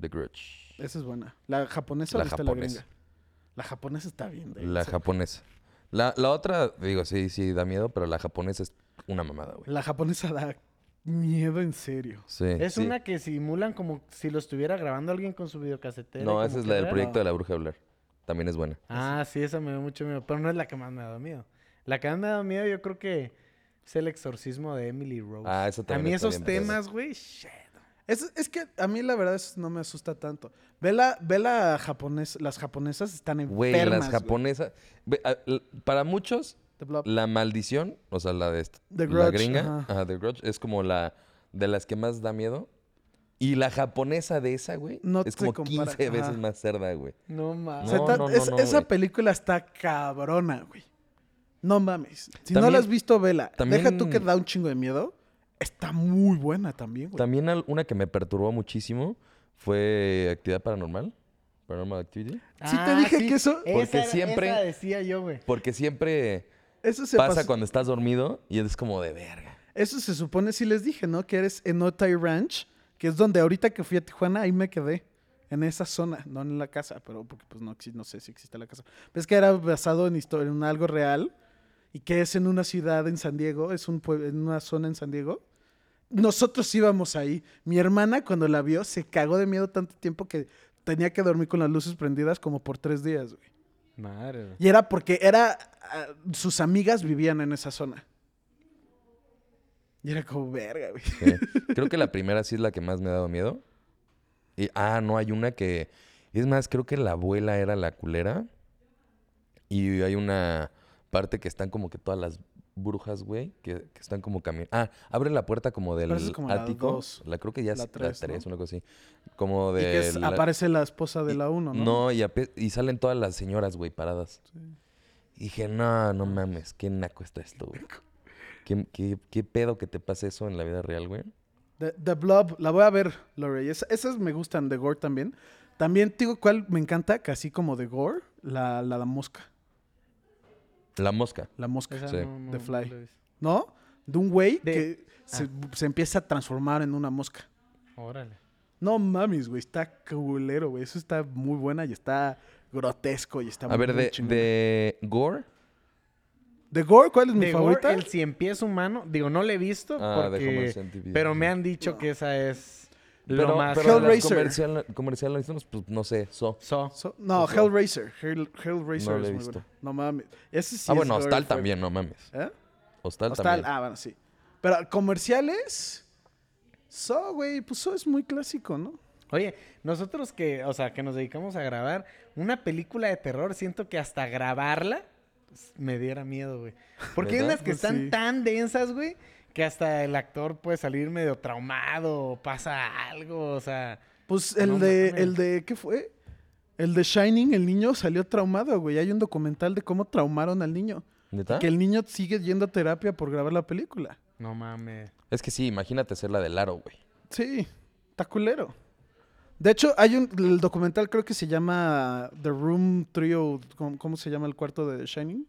B: The Grudge.
A: Esa es buena. ¿La japonesa
B: La
A: o viste
B: japonesa.
A: la gringa? La japonesa está bien. de
B: La
A: esa.
B: japonesa. La, la otra, digo, sí, sí, da miedo, pero la japonesa es una mamada, güey.
A: la japonesa da miedo en serio.
B: Sí.
C: Es
B: sí.
C: una que simulan como si lo estuviera grabando alguien con su videocasetera. y
B: No,
C: como
B: esa es
C: que ¡Ah!
B: la del
C: ver.
B: proyecto de la bruja de Blair. También es buena.
C: Ah, sí, esa me da mucho miedo. Pero no es la que más me ha dado miedo. La que más me ha dado miedo, yo creo que es el exorcismo de Emily Rose.
B: Ah, esa
C: A
B: también
C: mí
B: está
C: esos
B: bien verga.
C: temas, güey, shit.
A: Es, es que a mí la verdad eso no me asusta tanto. Ve la, ve la japonesa. Las japonesas están
B: Güey,
A: enfermas.
B: las japonesas. Ve, a- l- Para muchos,
A: The Blob.
B: la maldición, o sea, la de est-
A: The
B: la
A: Grudge,
B: gringa,
A: ajá.
B: ajá, The Grudge, es como la de las que más da miedo. Y la japonesa de esa, güey,
A: No
B: es
A: te
B: como
A: compara,
B: 15 veces
A: ajá.
B: más cerda, güey.
C: No
A: O
C: mames.
A: sea,
B: No,
A: está-
B: no, no,
A: es-
B: no,
A: esa
B: güey.
A: película está cabrona, güey. No mames. Si no
B: También-
A: la has visto, vela.
B: también-
A: Deja tú que da un chingo de miedo. Está muy buena también, güey.
B: También al- una que me perturbó muchísimo fue Actividad Paranormal. Paranormal Activity.
A: Sí te dije que eso-
C: Ah, Esa
B: Porque
C: era-
B: siempre-
C: esa decía yo, güey.
B: Porque siempre
A: Eso se
B: pasa
A: pasa-
B: cuando estás dormido y es como de verga.
A: Eso se supone, sí les dije, ¿no? Que eres en Otay Ranch, que es donde ahorita que fui a Tijuana, ahí me quedé. En esa zona, no en la casa, pero porque pues no, exi- no sé si existe la casa. Pero es que era basado en, histo- en algo real y que es en una ciudad en San Diego, es un pue- en una zona en San Diego. Nosotros íbamos ahí. Mi hermana cuando la vio se cagó de miedo tanto tiempo que tenía que dormir con las luces prendidas como por tres días, güey.
C: Madre, güey.
A: Y era porque era. ah, Sus amigas vivían en esa zona. Y era como verga, güey.
B: Sí. Creo que la primera sí es la que más me ha dado miedo. Y, ah, no, hay una que... Es más, creo que la abuela era la culera. Y hay una parte que están como que todas las brujas, güey, que, que están como caminando. Ah, abre la puerta como del
A: Pero eso es como la
B: ático. La,
A: dos.
B: creo que ya
A: La
B: es
A: tres,
B: la
A: ¿no?
B: 3, una cosa así. Como de
A: y que es-
B: Pues, la-
A: aparece la esposa de la 1, ¿no?
B: No, y, ape- y salen todas las señoras, güey, paradas. Y dije, no, no mames, qué naco está esto, güey. ¿Qué, qué, qué pedo que te pase eso en la vida real, güey?
A: The, The Blob, la voy a ver, Lore. Es- esas me gustan, The Gore también. También, te digo, ¿cuál me encanta? Que así como The Gore, la, la, la mosca.
B: La mosca.
A: La mosca.
C: Esa
B: Sí.
C: no- no-
A: The Fly.
C: no la he visto.
A: ¿No? De un güey
C: De-
A: que
C: ah.
A: se, se empieza a transformar en una mosca.
C: Órale.
A: No mames, güey. Está culero, güey. Eso está muy buena y está grotesco y está muy
B: A ver, de,
A: chingón.
B: de Gore.
A: ¿The Gore? ¿Cuál es mi
C: De Gore,
A: favorita?
C: el cien pies humano. Digo, no le he visto
B: Ah, de Homer
C: porque...
B: Centipede.
C: pero me han dicho que esa es lo
B: pero,
C: más...
B: pero las
A: Hellraiser.
B: comercial, comercializamos, pues no sé, so.
C: So.
A: So- no,
B: Ojo.
A: Hellraiser. Hell- Hellraiser
B: No la
A: es
B: he
A: muy
B: visto.
A: buena. No mames. Ese sí
B: ah,
A: es
B: bueno,
A: gore
B: Hostal
A: fuerte.
B: también, no mames.
A: ¿Eh?
B: Hostal,
A: Hostal,
B: también.
A: ah, bueno, sí. Pero comerciales. So, güey, pues So es muy clásico, ¿no?
C: Oye, nosotros que, o sea, que nos dedicamos a grabar una película de terror, siento que hasta grabarla s- me diera miedo, güey. Porque hay
B: ¿Verdad?
C: unas que
A: Pues
C: están
A: sí.
C: tan densas, güey, que hasta el actor puede salir medio traumado, o pasa algo, o sea,
A: Pues
B: Ah,
A: el
C: No
A: de,
C: mames.
A: el de, ¿qué fue? El de Shining, el niño salió traumado, güey. Hay un documental de cómo traumaron al niño.
B: ¿Neta?
A: Que el niño sigue yendo a terapia por grabar la película.
C: no mames.
B: Es que sí, imagínate ser la del aro, güey.
A: Sí, está culero. De hecho, hay un el documental creo que se llama The Room Trio, ¿cómo, cómo se llama el cuarto de The Shining?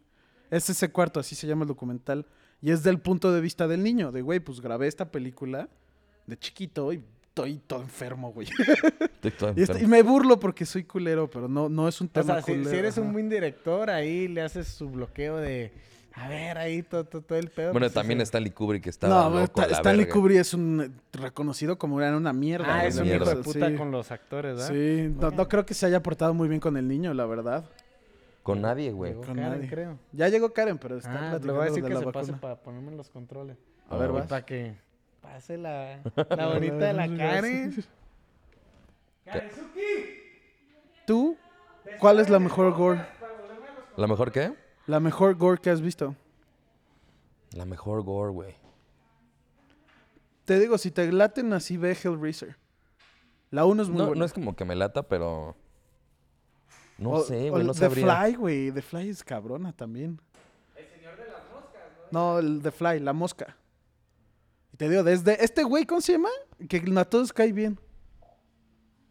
A: Es ese cuarto, así se llama el documental. Y es del punto de vista del niño, de güey, pues grabé esta película de chiquito y estoy todo enfermo, güey.
B: Estoy todo
A: y, este- y
B: enfermo.
A: me burlo porque soy culero, pero no, no es un
C: O
A: tema
C: sea, si,
A: culero.
C: si eres un
A: ajá.
C: buen director, ahí le haces su bloqueo de, a ver, ahí todo, todo, todo el pedo.
B: Bueno,
C: pues,
B: también
C: ese-
B: Stanley Kubrick estaba
A: No,
B: loco,
A: está-
B: a la
A: Stanley
B: verga.
A: Kubrick es un eh, reconocido como era una mierda.
C: Ah,
A: güey,
C: es
A: la
C: un hijo de
A: neta,
C: puta
A: sí.
C: con los actores, ¿verdad?
A: Sí, no, no creo que se haya portado muy bien con el niño, la verdad.
B: Con nadie, güey.
C: Llegó
A: Con
C: Karen,
A: nadie.
C: creo.
A: Ya llegó Karen, pero está
C: Ah,
A: platicando
C: le voy a decir
A: de
C: que
A: la
C: se pase
A: vacuna.
C: para ponerme los controles.
B: A
A: ver,
B: ver,
A: vas.
C: Para que pase la, la bonita de la Karen.
A: ¿Tú? ¿Cuál es la mejor gore?
B: ¿La mejor qué?
A: La mejor gore que has visto.
B: La mejor gore, güey.
A: Te digo, si te laten así, ve Hellraiser. La 1 es muy
B: No,
A: buena.
B: no es como que me lata, pero... No
A: O-
B: sé,
A: o
B: güey, no
A: The
B: sabría.
A: Fly, güey. The Fly es cabrona también. El señor de las moscas, ¿no? No, el The Fly, la mosca. Y te digo, desde este güey, ¿cómo se llama? Que a todos cae bien.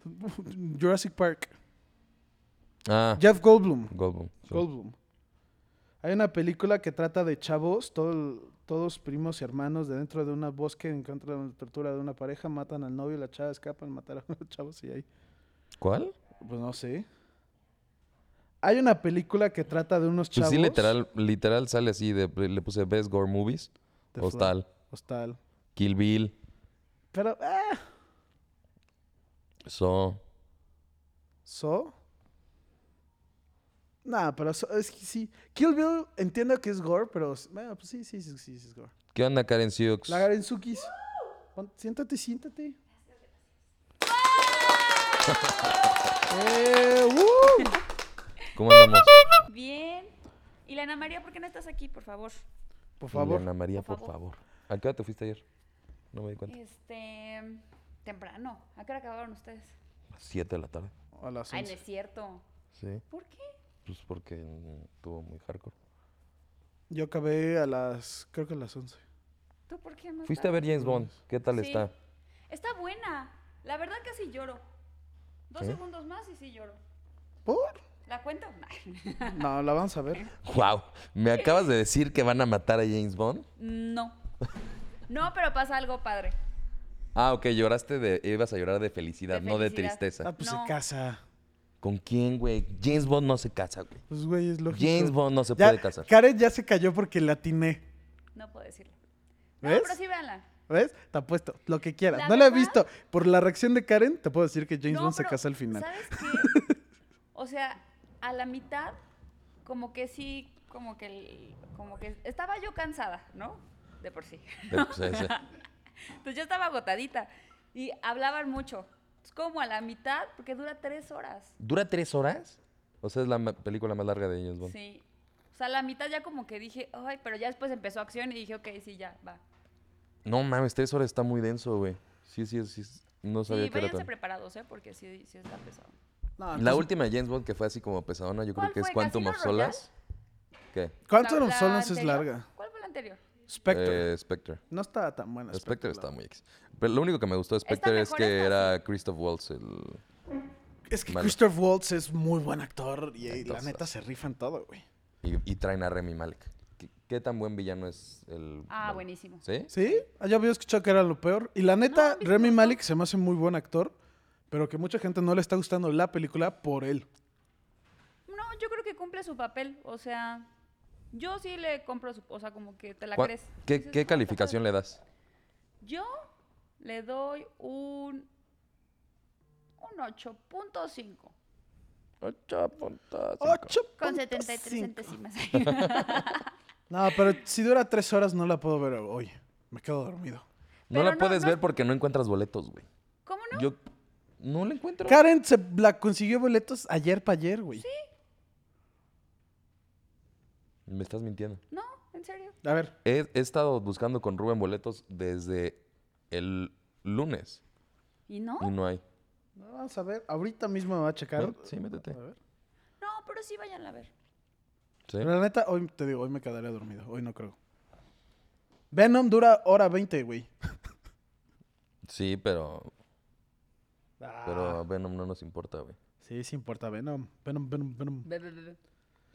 A: Jurassic Park.
B: Ah,
A: Jeff Goldblum.
B: Goldblum. sí.
A: Goldblum. Hay una película que trata de chavos, todo- todos primos y hermanos, de dentro de un bosque encuentran la tortura de una pareja, matan al novio, la chava escapa, mataron a los chavos y ahí.
B: ¿Cuál?
A: Pues no sé. Hay una película que trata de unos
B: Pues
A: chavos.
B: sí, literal, literal sale así. De, le puse Best Gore Movies.
A: The Fly-
B: Hostal.
A: Hostal.
B: Kill Bill.
A: Pero, ah,
B: So.
A: ¿So? Nah, pero so- es que sí. Kill Bill entiendo que es gore, pero s- bueno, pues sí, sí, sí, sí, sí es gore.
B: ¿Qué onda, Karen Sioux?
A: La Garenzukis. Pon- Siéntate, siéntate. eh, ¡uh!
B: ¿Cómo andamos?
D: Bien. Y Lana María, ¿por qué no estás aquí, por favor?
A: Por favor.
B: Ana María, por
D: Por
B: favor. ¿A qué hora te fuiste ayer? No me di cuenta.
D: Este. Temprano. ¿A qué hora acabaron ustedes?
B: Siete de la tarde.
A: A las
D: Ay, no
A: 11.
D: es cierto.
B: Sí.
D: ¿Por qué?
B: Pues porque mm, estuvo muy hardcore.
A: Yo acabé a las. Creo que a las 11.
D: ¿Tú por qué no?
B: Fuiste a ver James Bond. ¿Qué tal
D: Sí.
B: está?
D: Está buena. La verdad casi lloro. Dos
B: ¿Sí?
D: segundos más y sí lloro.
A: ¿Por?
D: ¿La cuento?
A: No, la vamos a ver.
B: Wow. ¿Me acabas de decir que van a matar a James Bond?
D: No. No, pero pasa algo padre.
B: Ah, ok, lloraste de. Ibas a llorar de felicidad,
D: De
B: no de
D: felicidad.
A: Ah,
B: tristeza.
A: pues
D: No.
A: se casa.
B: ¿Con quién, güey? James Bond no se casa, güey.
A: Pues, güey, es lógico.
B: James Bond no se
A: Ya-
B: puede casar.
A: Karen ya se cayó porque le atiné.
D: No puedo decirlo. No,
A: ¿Ves?
D: pero sí véanla.
A: ¿Ves? Te apuesto. Lo que quieras.
D: La
A: no la he
D: verdad-
A: visto. Por la reacción de Karen, te puedo decir que James
D: No,
A: Bond se
D: pero,
A: casa al final.
D: ¿Sabes qué? O sea, a la mitad, como que sí, como que, el- como que estaba yo cansada, ¿no? De por sí.
B: Eh, pues, eh, sí.
D: Entonces yo estaba agotadita y hablaban mucho. Es como a la mitad, porque dura tres horas.
B: ¿Dura tres horas? O sea, es la ma- película más larga de James Bond.
D: Sí. O sea, a la mitad ya como que dije, ay, pero ya después empezó acción y dije, ok, sí, ya, va.
B: No mames, tres horas está muy denso, güey. Sí, sí, sí. es- No sabía
D: Sí,
B: que era
D: váyanse
B: tan.
D: preparados, ¿eh? Porque sí, sí está pesado.
A: No, pues,
B: La
A: entonces-
B: última de James Bond que fue así como pesadona, yo creo
D: ¿Cuál
B: que es
D: fue?
B: Quantum of
D: ¿Casino Royale?
B: Solace. ¿Qué?
A: ¿Cuánto
D: La-
A: nos
D: la
A: solas es
D: anterior-
A: larga?
D: ¿Cuál fue la anterior?
A: Spectre.
B: Eh, Spectre.
A: no está tan buena.
B: Spectre
A: la
B: está muy X. Pero lo único que me gustó de Spectre es
D: mejor
B: que
D: esta,
B: era Christoph Waltz el...
A: Es que
B: Vale.
A: Christopher Waltz es muy buen actor y eh, la
B: Entonces-
A: neta se rifa en todo, güey.
B: y, y traen a Remy Malek. ¿Qué, qué tan buen villano es el...
D: Ah,
B: malo?
D: buenísimo.
B: ¿Sí?
A: ¿Sí? Ah, Yo había escuchado que era lo peor. Y la neta,
D: a mí sí me
A: Remy
D: gustó.
A: Malik se me hace muy buen actor, pero que mucha gente no le está gustando la película por él.
D: No, yo creo que cumple su papel. O sea, yo sí le compro su. O sea, como que te la
B: ¿Cuá-
D: crees.
B: ¿Qué,
D: Dices,
B: qué
D: "Ah,
B: calificación
D: está
B: le das?
D: padre". Yo le doy un. Un 8.5.
B: 8.5.
A: ¡Ocho
D: Con
A: punto
D: 73
A: cinco.
D: centésimas.
A: No, pero si dura tres horas no la puedo ver hoy. Me quedo dormido.
B: No
D: Pero
B: la
D: no,
B: puedes
D: no-
B: ver porque no encuentras boletos, güey.
D: ¿Cómo no?
B: Yo no la encuentro.
A: Karen se la consiguió boletos ayer para ayer, güey.
B: Me estás mintiendo.
D: No, en serio.
A: A ver,
B: He, he estado buscando con Rubén boletos desde el lunes
D: ¿Y no?
B: y no hay.
A: vamos a ver. Ahorita mismo me va a checar.
B: Ve- Sí, métete.
A: A ver.
D: No, pero sí vayan a ver.
B: Sí.
A: Pero la neta, hoy te digo, hoy me quedaré dormido. Hoy no creo. Venom dura hora 20, güey.
B: Sí, pero,
A: Ah,
B: pero Venom no nos importa, güey.
A: Sí, sí importa Venom. Venom, Venom, Venom.
D: Ve, ve, ve, ve.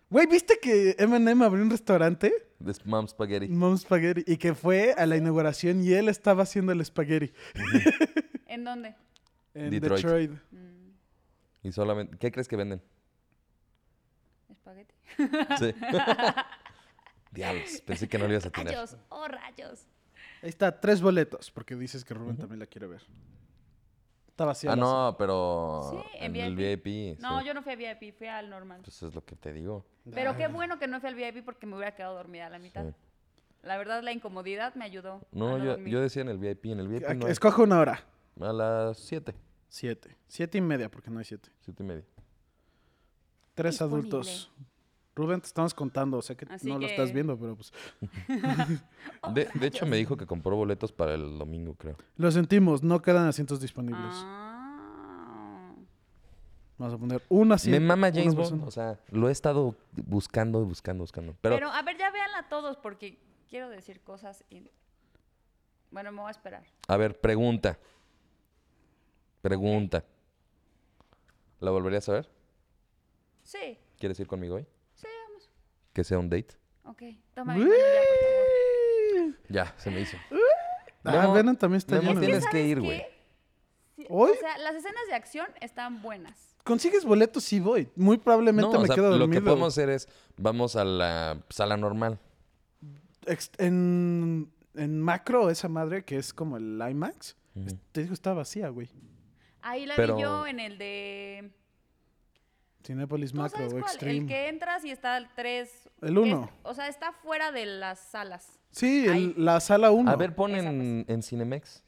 A: Güey, ¿viste que Eminem abrió un restaurante?
B: This Mom Spaghetti.
A: Mom Spaghetti. Y que fue a la inauguración y él estaba haciendo el spaghetti.
D: ¿En dónde?
A: En
B: Detroit.
A: Detroit.
D: Mm,
B: Y solamente... ¿Qué crees que venden?
D: espagueti.
B: Sí. Diablos, pensé que no lo ibas a tener.
D: Rayos, oh rayos.
A: Ahí está, tres boletos. Porque dices que Rubén también la quiere ver. Está vacía.
B: Ah,
A: la
B: no, pero
D: Sí, en
B: en el
D: VIP.
B: VIP.
D: No,
B: sí.
D: yo no fui a VIP, fui al normal.
B: Pues es lo que te digo.
D: Pero qué bueno que no fui al VIP porque me hubiera quedado dormida a la mitad.
B: Sí.
D: La verdad, la incomodidad me ayudó.
B: No,
D: a
B: yo,
D: dormir.
B: yo decía en el VIP. En el VIP
A: cena.
B: pues, no
A: Ah,
B: hay.
A: Escojo una hora.
B: A las 7,
A: Siete. Siete y media, porque no hay siete.
B: 7 y media.
A: Tres
D: Disponible.
A: adultos. Rubén, te estamos contando. O sea que
D: Así
A: no lo
D: que-
A: estás viendo, pero pues...
D: Oh,
B: De, de hecho, me dijo que compró boletos para el domingo, creo.
A: Lo sentimos, no quedan asientos disponibles.
D: Ah.
A: Vamos a poner un asiento.
B: Me mama
A: una
B: James
A: persona.
B: Bond. O sea, lo he estado buscando, buscando, buscando. Pero,
D: Pero, a ver, ya véanla todos porque quiero decir cosas y... Bueno, me voy a esperar.
B: a ver, pregunta. Pregunta. ¿La volverías a ver?
D: Sí,
B: ¿Quieres ir conmigo hoy?
D: sí, vamos.
B: Que sea un date.
D: Ok, toma mi mano ya, por favor.
B: Ya, se me hizo.
A: Ah,
B: Memo,
A: Venom también está
B: Memo,
A: lleno.
B: tienes
D: ¿Sabes
B: que ir,
D: qué?
B: güey.
D: Sí,
A: ¿Hoy?
D: O sea, las escenas de acción están buenas.
A: ¿Consigues boletos? Sí voy. Muy
B: No,
A: probablemente
B: o
A: me
B: sea,
A: quedo dormido.
B: lo que podemos hacer es, vamos a la sala normal.
A: Ex- en, en macro, esa madre que es como el IMAX,
B: Ujú.
A: es- te digo, está vacía, güey.
D: Ahí la
B: Pero-
D: vi yo en el de.
A: Cinépolis
D: ¿Tú
A: macro
D: sabes
A: o
D: cuál? El
A: extreme.
D: que entras y está al 3.
A: El uno.
D: O sea, está fuera de las salas.
A: Sí, el-
D: Ahí.
A: la sala 1.
B: A ver, pon
D: Esa,
B: en, en Cinemex.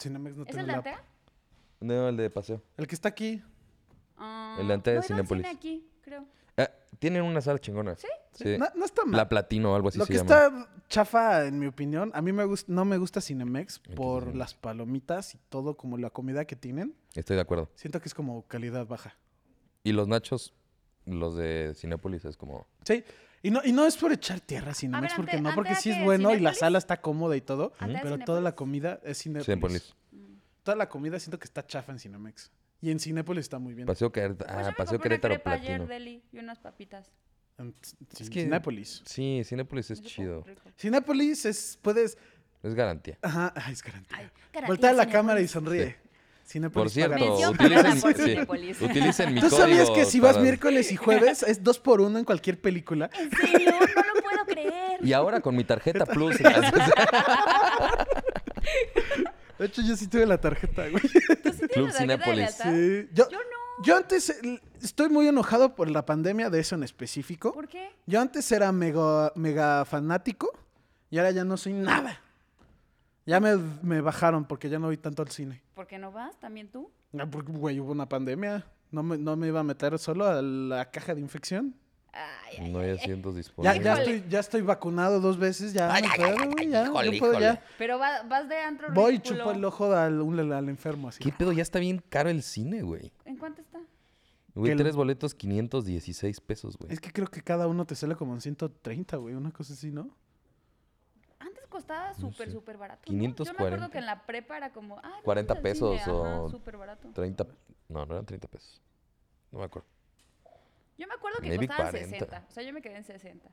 A: Cinemex no
D: ¿Es
A: tiene
D: el de
A: la-
D: Antea?
B: No, el de paseo.
A: El que está aquí.
D: Ah,
B: El de Antea
D: no,
B: de
D: era un cine
B: Cinépolis.
D: aquí, creo.
B: Ah, tienen una sala chingona. ¿Sí?
A: No, no está mal.
B: La Platino o algo así
A: Lo
B: se
A: que
B: llama.
A: está chafa, en mi opinión, a mí me gus- no me gusta Cinemex
B: que
A: por
B: Cinemex.
A: las palomitas y todo, como la comida que tienen.
B: Estoy de acuerdo.
A: Siento que es como calidad baja.
B: Y los nachos, los de Cinépolis, es como...
A: Sí. Y no, y no es por echar tierra a
D: A
A: Cinemex,
D: ver,
A: porque
D: ante-
A: no, porque
D: antes
A: sí es
D: que
A: bueno y la
D: Cinépolis.
A: sala está cómoda y todo,
D: Antes de
A: pero toda la
D: Cinépolis.
A: comida es Cinepolis.
B: Cinépolis.
A: Toda la comida siento que está chafa en Cinemex. Y en Cinépolis está muy bien.
B: Paseo, Queret-
D: Pues yo
B: ah,
D: me
B: paseo
D: compré una
B: Querétaro
D: crepa ayer,
B: Platino.
D: Deli, y unas papitas.
A: En c-
B: Es
A: c-
B: que-
A: Cinépolis.
B: Sí, Cinépolis es
D: Eso fue
B: chido.
D: rico.
A: Cinépolis es, puedes...
B: Es garantía.
A: Ajá, ay, es garantía.
D: Ay, garantía,
A: Voltea la
D: Cinépolis.
A: cámara y sonríe. Cinépolis
B: Por
A: paga
B: cierto,
D: Mención
A: todo.
D: pagada
B: utilicen,
D: por
B: sí,
D: Cinépolis.
B: utilicen mi
A: ¿Tú sabías
B: código
A: que si vas
B: para-
A: miércoles y jueves es dos por uno en cualquier película?
D: ¿En serio? No lo puedo creer.
B: Y ahora con mi tarjeta Plus.
A: De hecho, yo sí tuve la tarjeta, güey.
D: ¿Tú
B: Club
D: sí tienes la tarjeta de
B: Cinépolis.
D: lealtad?
A: Sí. Yo,
D: Yo no.
A: yo antes el- estoy muy enojado por la pandemia de eso en específico.
D: ¿Por qué?
A: Yo antes era mega, mega fanático y ahora ya no soy nada. Ya me, me bajaron porque ya no voy tanto al cine.
D: ¿Por qué no vas? ¿También tú?
A: Ah, Porque, güey, hubo una pandemia. No me, no me iba a meter solo a la caja de infección.
D: Ay, ay,
B: no hay
D: ay, ay.
B: asientos
A: Ya,
B: disponibles.
A: ya,
D: Híjole.
A: estoy, ya estoy vacunado dos veces. Ya,
B: Pues Ay,
A: me
B: ay,
A: puedo,
B: ay,
A: güey,
B: ay,
A: ya,
B: híjole,
A: yo puedo, ya.
D: Pero va- vas de antro
A: Voy y
D: ridículo.
A: chupo el ojo al, un- al enfermo así.
B: ¿Qué pedo? Ya está bien caro el cine, güey.
D: ¿En cuánto está?
B: Güey,
A: Que lo-
B: tres boletos, 516 pesos, güey.
A: Es que creo que cada uno te sale como en 130, güey, una cosa así, ¿no?
D: Antes costaba súper,
B: sé.
D: súper barato. ¿no? Yo me
B: 540.
D: acuerdo que en la prepa era como... Ay, vamos
B: 40
D: al cine,
B: pesos
D: ajá,
B: o-
D: súper barato.
B: 30... No, no eran 30 pesos. No me acuerdo.
D: Yo me acuerdo que
B: Maybe
D: costaban
B: 40.
D: 60. O sea, yo me quedé en 60.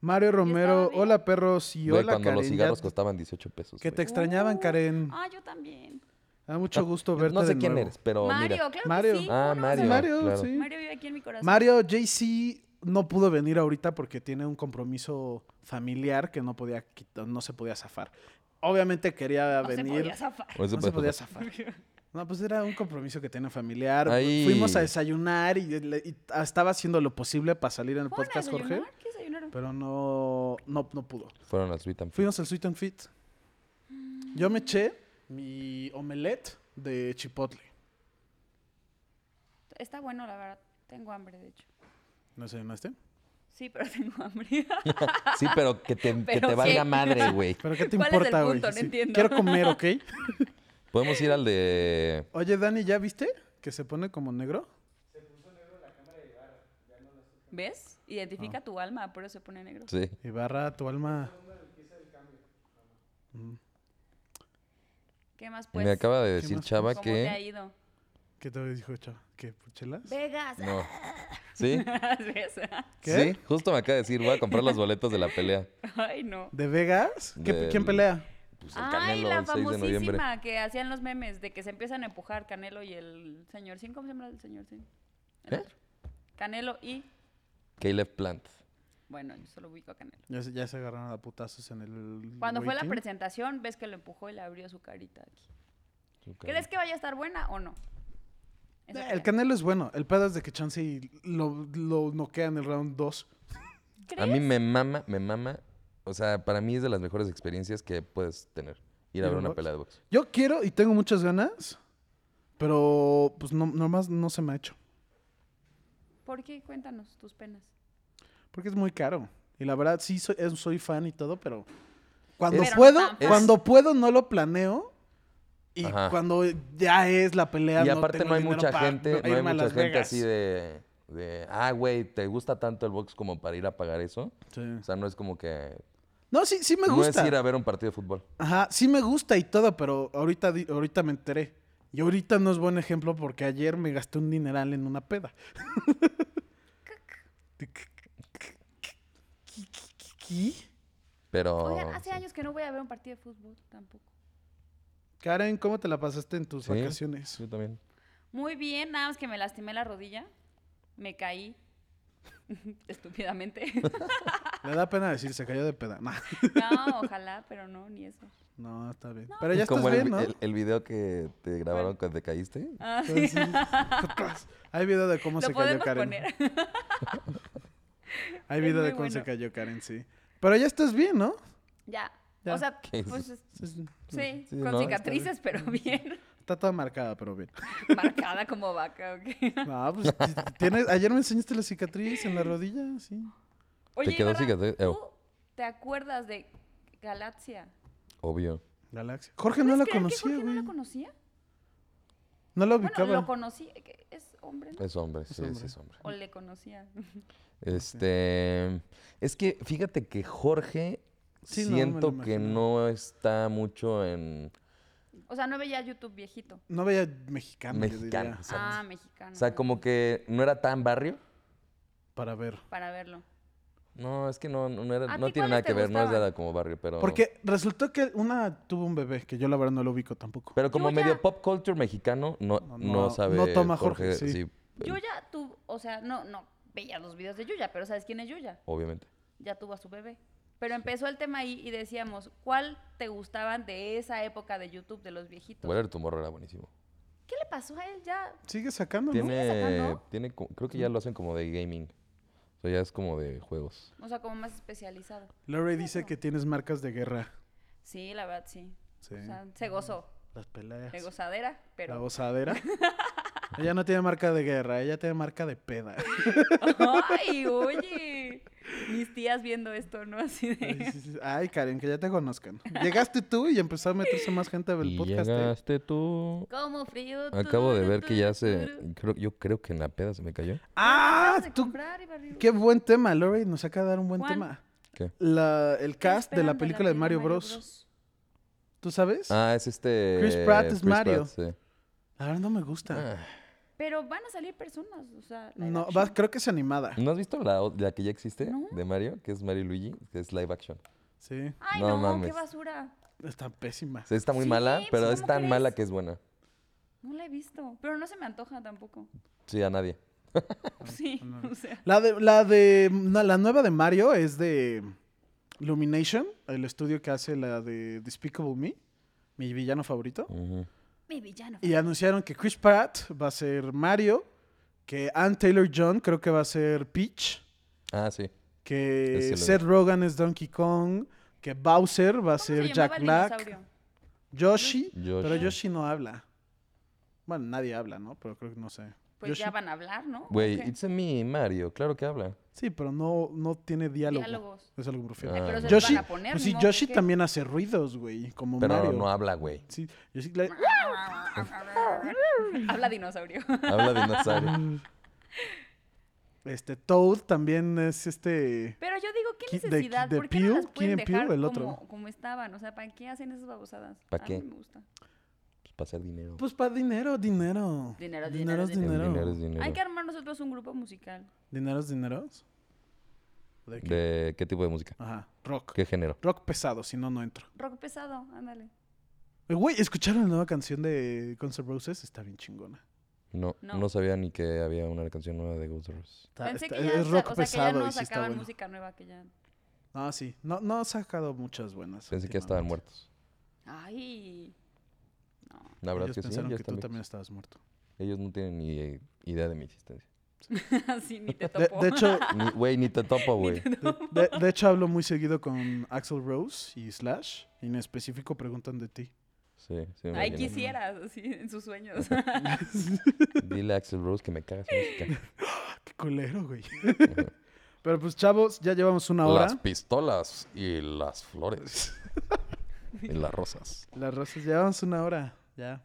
A: Mario Romero,
D: bien.
A: hola perros y
B: Güey,
A: hola
B: cuando los
A: Karen. ya-
B: cigarros costaban 18 pesos,
A: que te
B: güey.
A: extrañaban,
D: Uh,
A: Karen.
D: Ah, yo también.
A: Da mucho gusto verte
B: No sé
A: de
B: quién
A: nuevo.
B: eres, pero
D: Mario,
B: Oh, mira.
D: claro
A: Mario.
D: que sí.
B: Ah,
D: ¿cómo no vas a-
B: Mario,
A: Mario,
B: claro.
A: sí.
D: Mario vive aquí en mi corazón.
A: Mario JC no pudo venir ahorita porque tiene un compromiso familiar que no podía quita- no se podía zafar. Obviamente quería
D: no se
A: venir.
D: podía zafar.
B: O ese
A: no se
B: puede
A: podía
B: pasar.
A: zafar. No, pues era un compromiso que tenía familiar. Fu-
B: Ahí.
A: Fuimos a desayunar y, le- y estaba haciendo lo posible para salir en el
D: ¿Fueron a
A: podcast, Jorge.
D: desayunar? ¿Qué desayunaron?
A: Pero no, no, no pudo.
B: Fueron al Sweet and Fit.
A: Fuimos al Sweet and Fit.
D: Mm.
A: Yo me eché mi omelette de chipotle.
D: Está bueno, la verdad. Tengo hambre, de hecho.
A: ¿No desayunaste?
D: Sí, pero tengo hambre.
B: Sí, pero que te, que
D: Pero
B: te valga
D: sí.
B: madre, güey.
A: ¿Pero qué te
D: ¿Cuál es el
A: importa, güey?
D: punto? No entiendo.
A: Quiero comer, ¿ok?
B: Podemos ir al de...
A: Oye, Dani, ¿ya viste que se pone como negro?
D: ¿Ves? Identifica tu alma, por eso se pone negro.
B: Ah. Sí.
A: Ibarra, tu alma.
D: ¿Qué más pues?
B: Me acaba de decir
A: más
B: Chava
D: ¿Cómo te ha
B: que...
D: ido?
A: ¿Qué te dijo, chava? ¿Qué, puchelas?
D: Vegas.
B: No. ¿Sí?
D: ¿Ves?
A: ¿Qué?
B: Sí, justo me acaba de decir, voy a comprar los boletos de la pelea.
D: Ay, no.
A: ¿De Vegas? ¿Qué-
B: Del-
A: ¿Quién pelea?
B: Pues el
D: Ay,
B: Canelo
D: la
B: el 6 de noviembre.
D: famosísima que hacían los memes de que se empiezan a empujar Canelo y el señor Sin. ¿Cómo se llama el señor Sin? El
B: ¿Eh?
D: otro. Canelo y.
B: Caleb Plant.
D: Bueno, yo solo ubico a Canelo.
A: Ya se, ya se agarraron a putazos en el.
D: Cuando fue la
A: waiting.
D: presentación, ves que lo empujó y le abrió su carita aquí. ¿Crees que vaya a estar buena o no? Esa
A: Eh, El
D: pelea.
A: canelo es bueno. El pedo es de que Chance y lo, lo noquea en el round 2.
B: A mí me mama, me mama. O sea, para mí es de las mejores experiencias que puedes tener. Ir a
A: ¿Ir
B: ver
A: al
B: una
A: box?
B: pelea de box.
A: Yo quiero y tengo muchas ganas, pero pues no, nomás no se me ha hecho.
D: ¿Por qué? Cuéntanos tus penas.
A: Porque es muy caro. Y la verdad sí soy, eh, soy fan y todo, pero cuando
D: Pero no
A: puedo,
D: tan fan.
A: cuando puedo no lo planeo. Y
B: Ajá.
A: cuando ya es la pelea.
B: Y aparte
A: tengo
B: no hay
A: dinero
B: mucha
A: para
B: gente, no
A: irme
B: hay
A: a
B: mucha
A: Las
B: gente
A: Vegas.
B: así de, de, ah, güey, ¿te gusta tanto el box como para ir a pagar eso? O
A: Sí.
B: sea, no es como que...
A: No, sí, sí me
B: No es
A: gusta.
B: ir a ver un partido de fútbol.
A: Ajá, sí me gusta y todo, pero ahorita, di- ahorita me enteré. Y ahorita no es buen ejemplo porque ayer me gasté un dineral en una peda. ¿Qué?
B: Pero...
D: Oigan, hace
B: sí.
A: Oh,
D: años que no voy a ver un partido de fútbol tampoco.
A: Karen, ¿cómo te la pasaste en tus
B: Sí.
A: vacaciones?
B: Yo también.
D: Muy bien, nada más que me lastimé la rodilla. Me caí. Estúpidamente.
A: Le da pena decir, se cayó de peda. Nah.
D: no, ojalá, pero no, ni eso.
A: Pues, No, está bien. Pero ya estás
B: Como el,
A: bien,
B: vi-
A: ¿no?
B: el, el video que te grabaron
D: ¿Cuál?
B: cuando te caíste.
D: Ah, sí.
A: Entonces, Hay video de cómo
D: Lo
A: se cayó
D: podemos
A: Karen.
D: poner.
A: Hay
D: Es
A: video de
D: muy
A: cómo se
D: bueno.
A: cayó Karen, sí. Pero ya estás bien, ¿no?
D: Ya.
A: Ya.
D: O sea,
B: ¿Qué
D: pues
B: dices?
A: Sí,
D: sí,
B: Sí,
D: con
B: ¿no?
D: cicatrices, pero bien.
A: Está toda marcada, pero bien.
D: Marcada como vaca, ok.
A: No, pues t- tienes, ayer me enseñaste la cicatriz en la rodilla, sí.
D: Oye,
B: quedó eh,
D: Ibarra,
B: cicatriz?
D: ¿tú
A: Oh.
B: Ew.
D: te acuerdas de Galaxia?
B: Obvio.
A: Galaxia. Jorge no
D: ¿Puedes
A: la
D: creer que
A: conocía,
D: Jorge
A: güey.
D: no la conocía?
A: No la
D: Bueno,
A: ubicaba.
D: lo conocí. eh, que ¿Es hombre, no?
B: Es hombre, sí,
A: hombre.
B: sí, es hombre.
D: ¿O le conocía?
B: Este. Es que fíjate que Jorge
A: Sí, no, me lo
B: siento que
A: imagino.
B: no está mucho en.
D: O sea, no veía YouTube viejito.
A: No veía mexicano,
B: Mexicano,
A: yo diría,
B: Exacto.
D: Ah, mexicano.
B: O sea, como que no era tan barrio.
A: para ver.
D: Para verlo.
B: No, es que no, no, no era-
D: ¿A
B: no
D: ti
B: tiene
D: cuáles
B: nada
D: te
B: que ver, no es
D: gustaban?
B: nada como barrio, pero.
A: Porque resultó que una tuvo un bebé, que yo la verdad no lo ubico tampoco.
B: Pero como
D: Yo ya-
B: medio pop culture mexicano, no,
A: No,
B: no,
A: no-
B: sabe.
A: no toma Jorge, sí.
D: Yuya, tú, o sea, no, no veía los videos de Yuya, pero ¿sabes quién es Yuya?
B: Obviamente.
D: Ya tuvo a su bebé. Pero empezó el tema ahí y decíamos, ¿cuál te gustaban de esa época de YouTube de los viejitos?
B: Whatever Tomorrow era buenísimo.
D: ¿Qué le pasó a él ya?
A: Sigue sacando, Pues ¿no?
B: Tiene,
D: sacando?
B: tiene, co- creo que ya lo hacen como de gaming. O sea, ya es como de juegos.
D: O sea, como más especializado.
A: Lore dice que tienes marcas de guerra.
D: Sí, la verdad, sí.
A: Sí.
D: O sea, se gozó.
A: Las peleas.
D: De gozadera,
A: La
D: pero...
A: gozadera. ella no tiene marca de guerra, ella tiene marca de peda.
D: ¡Ay, oye! Mis tías viendo esto, ¿no? Así de...
A: Ay, Karen, que ya te conozcan. Llegaste tú y empezó a meterse más gente del
B: Y
A: podcast. ¿eh?
B: llegaste tú.
D: Como frío.
B: Acabo de
D: turu,
B: ver que ya se.
D: turu, turu.
B: Creo, yo creo que en la peda se me cayó.
A: Ah,
D: Acabas de
A: tú.
D: comprar, Ibarri-
A: Qué buen tema, Lore. Nos acaba de dar un buen
D: Juan.
A: tema.
B: ¿Qué?
A: La- el
D: ¿Qué
A: cast de
D: esperan
A: la película de Mario, Bros. ¿Tú sabes?
B: Ah, es este.
A: Chris Pratt es
B: Chris
A: Mario.
B: sí.
A: La verdad no me gusta.
B: Ah,
D: Pero van a salir personas, o sea... live
A: no,
D: action.
A: va- creo que es animada.
B: ¿No has visto la, o- la que ya existe
D: No.
B: de Mario? Que es Mario y Luigi, que es live action.
A: Sí.
D: Ay,
B: No
D: no, qué
B: mames.
D: basura.
A: Está pésima.
B: O sea, está muy
D: Sí,
B: mala,
D: pues,
B: pero es
D: ¿cómo
B: tan
D: crees?
B: mala que es buena.
D: No la he visto. Pero no se me antoja tampoco.
B: Sí, a nadie.
D: Sí, o sea...
A: La de, la de. no, la nueva de Mario es de Illumination, el estudio que hace la de Despicable Me, mi villano favorito.
B: Ujú.
D: Mi villano.
A: Y anunciaron que Chris Pratt va a ser Mario, que Ann Taylor John creo que va a ser Peach,
B: Ah, sí. Ese
A: que
B: lo vi.
A: Seth Rogen es Donkey Kong, que Bowser va a
D: ¿Cómo se
A: ser
D: llamaba
A: Jack
D: el
A: Black,
D: dinosaurio?
A: Yoshi,
B: Yoshi.
A: pero Yoshi no habla. Bueno, nadie habla, ¿no? Pero creo que no sé.
D: Pues
A: Yoshi-
D: ya van a hablar, ¿no?
B: Güey,
D: Ok.
B: it's a me, Mario. Claro que habla.
A: Sí, pero no, no tiene diálogo.
D: Diálogos.
A: Es algo que me refiero.
D: Ay, pero
B: Ah,
D: se los
A: Yoshi,
D: van a poner,
A: pues
D: ni
A: sí,
D: modo
A: Yoshi
D: que-
A: también hace ruidos, güey, como
B: Pero
A: Mario.
B: no habla, güey.
A: Sí, Yoshi le-
D: Habla dinosaurio.
B: Habla dinosaurio.
A: este Toad también es este
D: Pero yo digo, ¿qué
A: Ki- de-
D: necesidad?
A: de
D: ¿Por qué no las
A: Pew,
D: pueden
A: Key and Pew,
D: dejar
A: el otro.
D: Como, como estaban? O sea, ¿para qué hacen esas babosadas?
B: ¿Pa
D: A mí
B: qué?
D: no me gusta.
B: Pues para hacer dinero.
A: pues para dinero, dinero. Dinero
D: Dinero, dinero,
A: es
B: El
A: dinero.
B: dinero es dinero.
D: Hay que armar nosotros un grupo musical.
A: Dineros, dineros. ¿De qué?
B: ¿De qué tipo de música?
A: Ajá, rock.
B: ¿Qué género?
A: Rock pesado, si no no entro.
D: Rock pesado, ándale.
A: Eh, Güey, ¿escucharon la nueva canción de Guns N' Roses? Está bien chingona.
B: No, no,
D: No.
B: sabía ni que había una canción nueva de Guns N' Roses.
A: Está-
D: Pensé
A: Ah, está-
D: que ya,
A: es rock
D: sa- o sea, que
A: pesado
D: ya no
A: y sí está
D: sacaban
A: bueno.
D: música nueva, que ya...
A: Ah, sí. No, no ha sacado muchas buenas.
B: Pensé que ya estaban
A: últimamente.
B: muertos.
D: Ay,
B: La verdad
A: Ellos
B: que sí,
A: pensaron
B: ya
A: que tú
B: están
A: también
B: muertos.
A: estabas muerto.
B: Ellos no tienen ni eh, idea de mi existencia.
D: así ni te
A: De,
D: topo.
A: de hecho,
B: Ni- Güey, ni te topo, güey.
A: de, de hecho hablo muy seguido con Axel Rose y Slash. Y en específico preguntan de ti.
B: Sí, sí me
D: Ay,
B: imagino.
D: quisieras, así, en sus sueños.
B: Dile a Axel Rose que me caga su música.
A: Qué culero, güey. Pero pues, chavos, ya llevamos una hora.
B: Las pistolas y las flores. y las rosas.
A: Las rosas, llevamos una hora. Ya.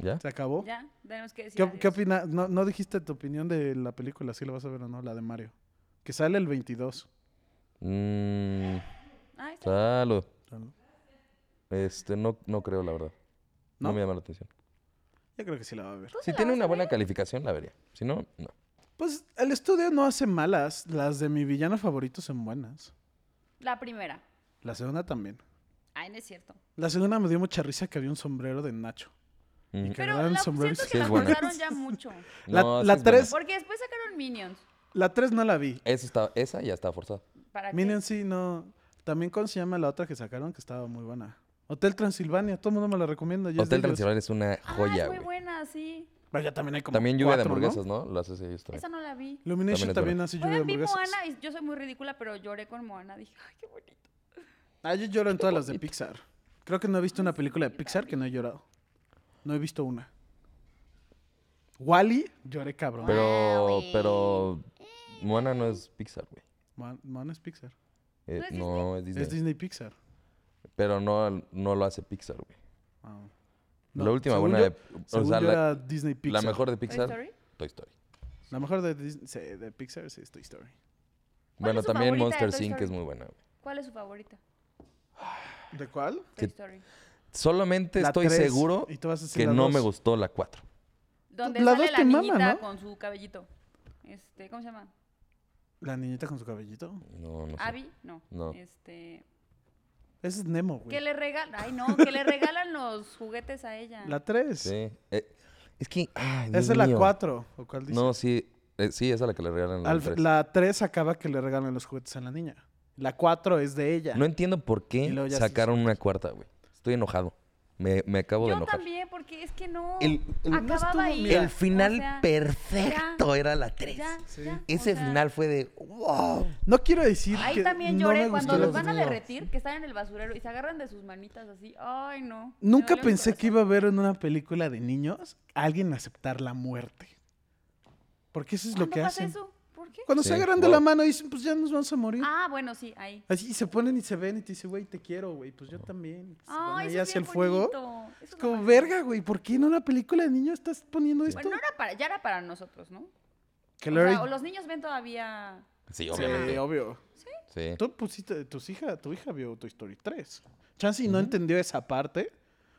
B: ¿Ya?
A: ¿Se acabó?
D: ya, tenemos que decir
A: ¿Qué,
D: adiós.
A: qué opina- No, no dijiste tu opinión de la película, si la vas a ver o no, la de Mario. Que sale el 22.
B: Mm,
D: Ay, está
B: salud.
A: Salud.
B: Este, no, no creo, la verdad. No.
A: ¿No?
B: me llama la atención.
A: Yo creo que sí la va a ver.
B: Si tiene una buena calificación, la vería. Si no, no.
A: Pues el estudio no hace malas. Las de mi villano favorito son buenas.
D: La primera.
A: La segunda también.
D: Ay, no es cierto.
A: La segunda me dio mucha risa que había un sombrero de Nacho.
B: Mm.
A: Y que
D: Pero
A: agarraron
D: la,
A: sombrero y
D: siento
A: se-
B: Sí,
D: que la
B: es buena.
D: cortaron ya mucho.
A: La-
B: No, sí
A: la
B: es buena.
A: tres-
D: Porque después sacaron Minions.
A: La 3 no la vi.
B: Eso está, esa ya está forzada.
D: ¿Para qué?
A: Miren, sí, no. También con se llama la otra que sacaron que estaba muy buena. Hotel Transilvania, todo el mundo me la recomienda. ya es de
B: Hotel
A: ellos.
B: Transilvania es una
D: Ah,
B: joya,
D: es muy
B: güey.
D: buena, sí.
A: Pero ya también hay como.
B: También lluvia de
A: cuatro, ¿no?
B: hamburguesas, ¿no? Lo haces ellos también.
D: Esa no la vi.
A: Lumination también
B: También es buena.
A: hace lluvia de
D: Oigan, vi
A: hamburguesas.
D: Moana y yo soy muy ridícula, pero lloré con Moana. Dije, ay, qué bonito.
A: Ah, yo lloro en todas las de Pixar. Creo que no he visto una película de Pixar que no he llorado. No he visto una. Wally, lloré cabrón.
B: Pero, pero
D: Eh.
B: Moana no es Pixar, güey.
A: Mon- Moana es Pixar.
B: Eh,
D: ¿No es
B: no, es Disney.
A: Es Disney Pixar.
B: Pero no, no lo hace Pixar, güey.
A: Ah.
B: la última
A: según
B: buena
A: yo-
B: de... O
A: según
B: sea,
A: yo
B: la,
A: era Disney
B: la
A: Pixar.
B: mejor de
D: Toy
B: Pixar,
D: Story.
B: Toy Story.
A: La mejor de, Dis- sí, de Pixar sí, es Toy Story.
D: ¿Cuál es
B: Bueno,
D: su
B: también
D: favorita de
B: Monster
D: Toy
B: Inc. es
D: Story?
B: muy buena, güey.
D: ¿Cuál es su favorita?
A: ¿De cuál?
D: Toy
B: Que-
D: Story.
B: Solamente
A: La
B: estoy
A: tres,
B: seguro
A: y tú vas a decir
B: que
A: la
B: no
A: dos.
B: me gustó la 4.
D: Donde
A: la
D: sale
A: dos
D: la
A: que mama,
D: niñita
A: ¿no?
D: con su cabellito. Este, ¿cómo se llama?
A: La niñita con su cabellito.
B: No, no sé.
D: Abby, no.
B: No.
D: Este,
A: Ese es Nemo,
D: que
A: güey.
D: le regalan, ay no, que le regalan los juguetes a ella.
A: La 3.
B: Sí. Eh, es que... Ay, Dios
A: Esa es la
B: mío.
A: 4. ¿O cuál dice?
B: No, sí. eh, sí, esa es la que le regalan la
A: Al-
B: tres.
A: la 3 acaba que le regalan los juguetes a la niña. La 4 es de ella.
B: No entiendo por
A: Y
B: qué
A: luego ya se
B: sacaron una cuarta, güey. Estoy enojado. Me, me acabo de
D: Yo
B: enojar.
D: también, porque es que no.
B: El- el-
D: acababa
A: no estuvo-
D: ahí.
A: mira.
B: El final
D: Ah, o sea,
B: perfecto era la 3.
D: ya,
A: Sí.
D: ya,
B: Ese
D: o sea,
B: final fue de wow.
A: No quiero decir que
D: Ahí también
A: no
D: lloré
A: me
D: cuando
A: gustó
D: los
A: la
D: van a
A: niña.
D: derretir, que están en el basurero y se agarran de sus manitas así. Ay, no. me
A: Nunca
D: dolió el
A: pensé que
D: corazón.
A: iba a ver en una película de niños a alguien aceptar la muerte. Porque eso es lo
D: ¿Cuándo
A: que
D: pasa
A: hacen.
D: eso? ¿Por qué?
A: Cuando
B: Sí,
A: se agarran de la
B: wow.
A: mano y dicen, pues ya nos vamos a morir.
D: Ah, bueno, sí, ahí.
A: Así se ponen y se ven y te dicen, güey, te quiero, güey. Pues yo también. Y se van
D: Ay,
A: ahí
D: eso es
A: hacia
D: bien
A: el fuego.
D: bonito. Eso
A: Es
D: me
A: como,
D: parece-
A: verga, güey, ¿por qué en una película de niños estás poniendo esto?
D: Bueno, no era para, ya era para nosotros, ¿no?
A: que
D: O
A: Larry-
D: sea, o los niños ven todavía.
B: Sí,
A: Sí,
B: obviamente.
A: obvio.
B: Sí.
A: Tú pusiste, tus hija, tu hija vio Toy Story 3. Chance y no entendió esa parte,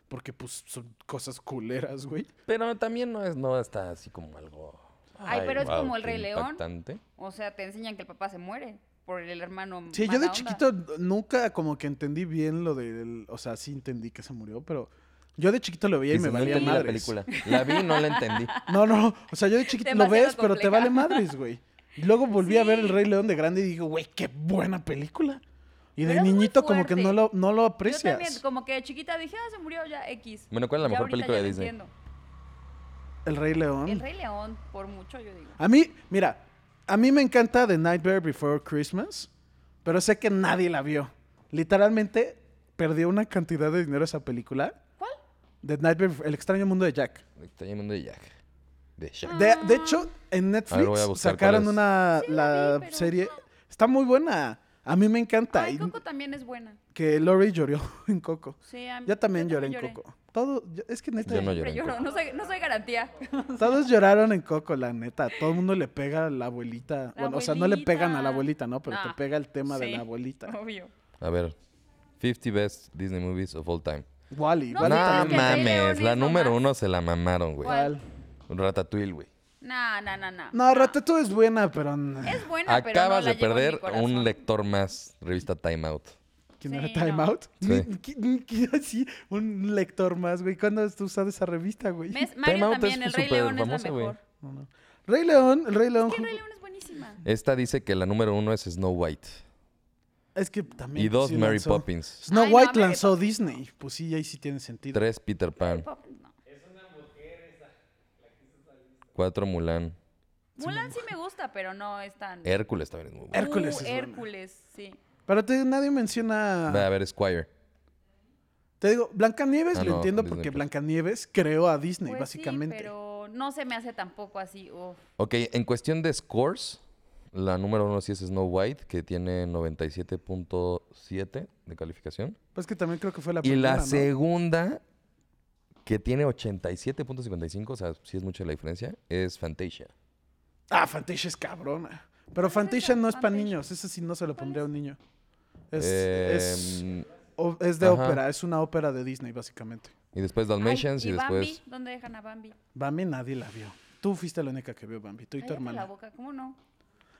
A: porque pues son cosas culeras, güey.
D: Mm,
B: Pero también no es no está así como algo
D: Ay, pero es
B: guau,
D: como el
B: qué
D: Rey León.
B: impactante.
D: O sea, te enseñan que el papá se muere por el hermano.
A: Sí, yo
D: mala
A: de
D: onda.
A: chiquito nunca como que entendí bien lo del, o sea, sí entendí que se murió, pero yo de chiquito lo veía y me
B: Dices, no
A: valía
B: entendí
A: madres.
B: la película. La vi y no la entendí.
A: No, no, o sea, yo de chiquito lo
D: Demasiado
A: ves, pero te
D: compleja.
A: vale madres, güey. Y luego volví a ver El
D: Sí.
A: Rey León de grande y digo, güey, qué buena película. Y de
D: Pero es muy
A: niñito como que no lo,
D: fuerte.
A: no lo
D: Yo
A: aprecias.
D: también, como que de chiquita dije, ah, se murió ya X.
B: Bueno, ¿cuál es la
D: Ya
B: mejor
D: ahorita
B: película
D: ya
B: de
D: lo
B: Disney?
D: entiendo.
A: El Rey León.
D: El Rey León, por mucho, yo digo.
A: A mí, mira, a mí me encanta The Nightmare Before Christmas, pero sé que nadie la vio. Literalmente perdió una cantidad de dinero esa película.
D: ¿Cuál?
A: The Nightmare, Bef- El extraño mundo de Jack.
B: Está llamando de Jack. De Jack.
D: Ah,
A: De, de hecho, en
B: A ver, voy a
A: Netflix
B: buscar
A: sacaron
B: cuál es.
A: una
D: Sí, la
A: la
D: vi, pero-
A: serie. Está muy buena. A mí me encanta.
D: Ay,
A: y
D: Coco también es buena.
A: que Lori lloró en Coco.
D: Sí, a mí-
A: Yo también lloré en Coco. Todo, yo- es que neta,
B: Yo no lloré.
D: Siempre
B: en Coco.
D: lloro, no soy, no soy garantía.
A: todos lloraron en Coco, la neta. Todo el mundo le pega a la abuelita.
D: La
A: bueno, o sea, no le pegan a la
D: abuelita.
A: abuelita, ¿no? Pero te
D: Ah,
A: pega el tema de
D: sí.
A: la abuelita.
D: Obvio.
B: A ver. 50 best Disney movies of all time.
A: Wally,
D: No
A: Wally
B: No,
D: digas
A: también.
D: que el Rey León
B: mames,
D: es
B: la
D: lo
B: número
D: más.
B: uno se la mamaron, güey.
D: ¿Cuál?
B: Ratatouille, güey.
D: No, no, no, no.
A: No, Ratatouille es buena, pero no.
D: "Ah". Es buena, pero no
B: Acabas
D: la
B: de
D: llevo en mi
B: perder un
D: corazón.
B: lector más. Revista Time Out.
A: ¿quién
D: Sí,
A: era Time
D: no.
A: Out?
B: Sí.
A: Ni- qui- ni- qui- Así, un lector más, güey. ¿Cuándo has tú usado esa revista, güey?
D: Mes-
B: Time
D: Mario
B: Out
D: también,
B: es
D: el Rey
B: súper
D: León es la
B: famosa, güey.
D: mejor.
A: No, no. Rey León, el Rey León.
D: Es que el Rey
A: ju-
D: León es buenísima.
B: Esta dice que la número uno es Snow White.
A: Es que también.
B: Y
A: pues,
B: dos
A: sí
B: Mary
A: lanzó-
B: Poppins.
A: Snow
D: Ay, no,
A: White
D: Mary
A: lanzó Disney. Pues sí, ahí sí tiene sentido.
B: Tres Peter Pan.
D: Pop- no.
B: Cuatro Mulan.
D: Mulan sí me gusta, pero no es tan...
B: Hércules también es muy bueno.
A: Hércules
D: Uh,
A: es buena.
D: Hércules, sí.
A: Pero te, nadie
B: Va a
A: menciona.
B: ver Squire.
A: Te digo, Blancanieves
B: Ah,
A: lo
B: no,
A: entiendo
B: Disney
A: porque
B: Plus.
A: Blancanieves creó a Disney,
D: Pues
A: básicamente.
D: Sí, pero no se me hace tampoco así. uf.
B: Ok, en cuestión de scores, la número uno sí es Snow White, que tiene 97.7 de calificación.
A: Pues que también creo que fue la
B: y
A: primera.
B: la
A: ¿no?
B: segunda, que tiene 87.55, o sea, sí es mucha la diferencia, es Fantasia.
A: Ah, Fantasia es cabrona. Pero Fantasia no es para niños. Esa sí no se lo pondría a un niño. Es, es,
B: Em,
A: o- es de
B: ajá.
A: ópera. Es una ópera de Disney, básicamente.
B: Y después Dalmatians
D: Ay,
B: y,
D: y
B: después...
D: Bambi, ¿dónde dejan a Bambi?
A: Bambi nadie la vio. Tú fuiste la única que vio Bambi. Tú y tu
D: Cállate la
A: hermana.
D: boca, ¿cómo no?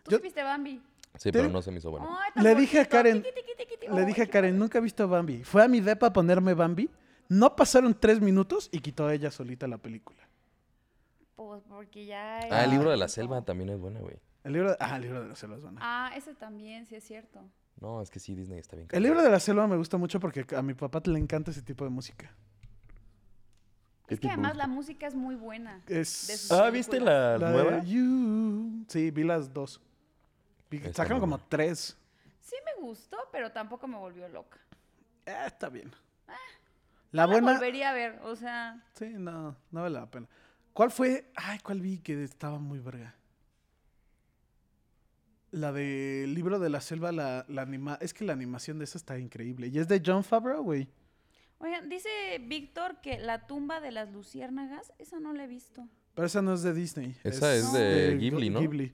D: Tú
A: Yo-
D: supiste Bambi.
B: Sí, pero no se me hizo bueno.
D: Ay,
A: Le dije a
D: tamborcito,
A: Karen-
D: tiqui, tiqui, tiqui, tiqui.
A: Le
D: Ay,
A: dije a
D: Oh, qué
A: Karen,
D: padre.
A: nunca he visto Bambi. Fue a mi depa a ponerme Bambi. No pasaron tres minutos y quitó ella solita la película.
D: Pues porque ya.
B: Ah, el
D: era
B: libro de la
D: adulto.
B: selva también es buena, güey.
A: El libro de, ah, el libro de la selva es buena.
D: Ah, ese también, sí es cierto.
B: No, es que sí, Disney está bien.
A: El libro de la selva me gusta mucho porque a mi papá le encanta ese tipo de música.
D: Es que además la música es muy buena.
A: Es
D: De
B: Ah, ¿viste la,
A: la
B: nueva?
A: de You. Sí, vi las dos. Vi-
B: Está
A: Sacaron
B: muy
A: como
B: buena.
A: tres.
D: Sí me gustó, pero tampoco me volvió loca.
A: Eh, está bien. La
D: Ah, La
A: buena.
D: volvería a ver, o sea,
A: Sí, no, no vale la pena. ¿Cuál fue? Ay, ¿cuál vi que estaba muy verga? La de Libro de la Selva, la, la anima... es que la animación de esa está increíble. Y es de John Favreau, güey.
D: oigan, dice Víctor que la tumba de las luciérnagas, esa no la he visto.
A: Pero esa no es de Disney.
B: Esa es de Ghibli, ¿no?
A: Ghibli.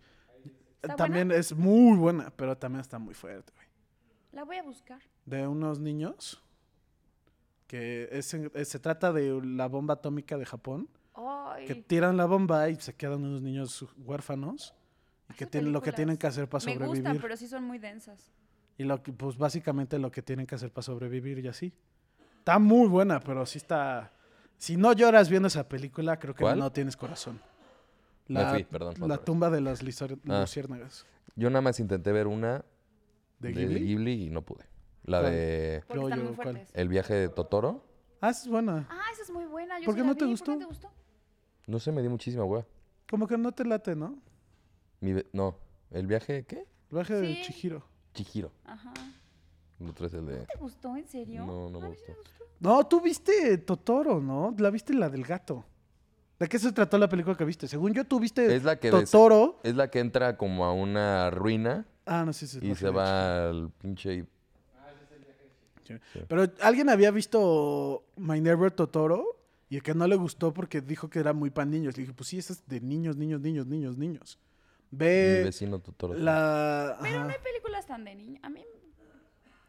D: ¿Está
A: También
D: buena?
A: es muy buena, pero también está muy fuerte, güey.
D: La voy a buscar.
A: De unos niños que es en- eh, se trata de la bomba atómica de Japón.
D: Ay,
A: que tiran la bomba y se quedan unos niños huérfanos y
D: Esas
A: que tienen lo que
D: películas
A: tienen que hacer para
D: me
A: sobrevivir
D: gustan, pero sí son muy densas.
A: y lo que, pues básicamente lo que tienen que hacer para sobrevivir y así está muy buena pero sí está si no lloras viendo esa película creo que
B: ¿Cuál?
A: no tienes corazón
B: Me fui, perdón, otra
A: la
B: vez.
A: tumba de las lisor-
B: Ah.
A: luciérnagas
B: Yo nada más intenté ver una
A: de
B: de,
A: Ghibli
B: Ghibli y no pude. La
A: ¿Cuál?
B: de
D: Porque
A: Yo-
D: están
A: yo-
D: muy
A: ¿cuál?
D: fuertes.
B: El viaje de Totoro.
A: ah esa es buena
D: Ah, esa es muy buena. Yo
A: ¿Por
D: sí
A: qué
D: la
A: no te
D: vi,
A: gustó?
D: ¿Por qué no te gustó?
B: No sé, me dio muchísima hueva.
A: como que no te late no
B: Mi ve- no, el viaje, ¿qué?
A: el viaje de
D: Sí.
A: Chihiro
B: Chihiro.
D: Ajá. ¿No
B: El otro es el de...
D: te gustó? ¿En serio?
B: No, no me
D: A mí sí
B: gustó.
A: no tú viste Totoro no la viste la del gato de qué se trató la película que viste según yo tú viste
B: Es la que ves-
A: Totoro
B: Es la que entra como a una ruina
A: Ah, no, sí, sí.
B: y
A: no,
B: se
A: sí,
B: va al pinche...
A: sí. Pero alguien había visto My Neighbor Totoro y el que no le gustó porque dijo que era muy para niños. Le dije, pues sí, esa es de niños, niños, niños, niños, niños.
B: Mi
A: Ve
B: vecino Totoro.
A: Eh, la...
D: Pero no
A: ajá.
D: hay películas tan de niña. A mí.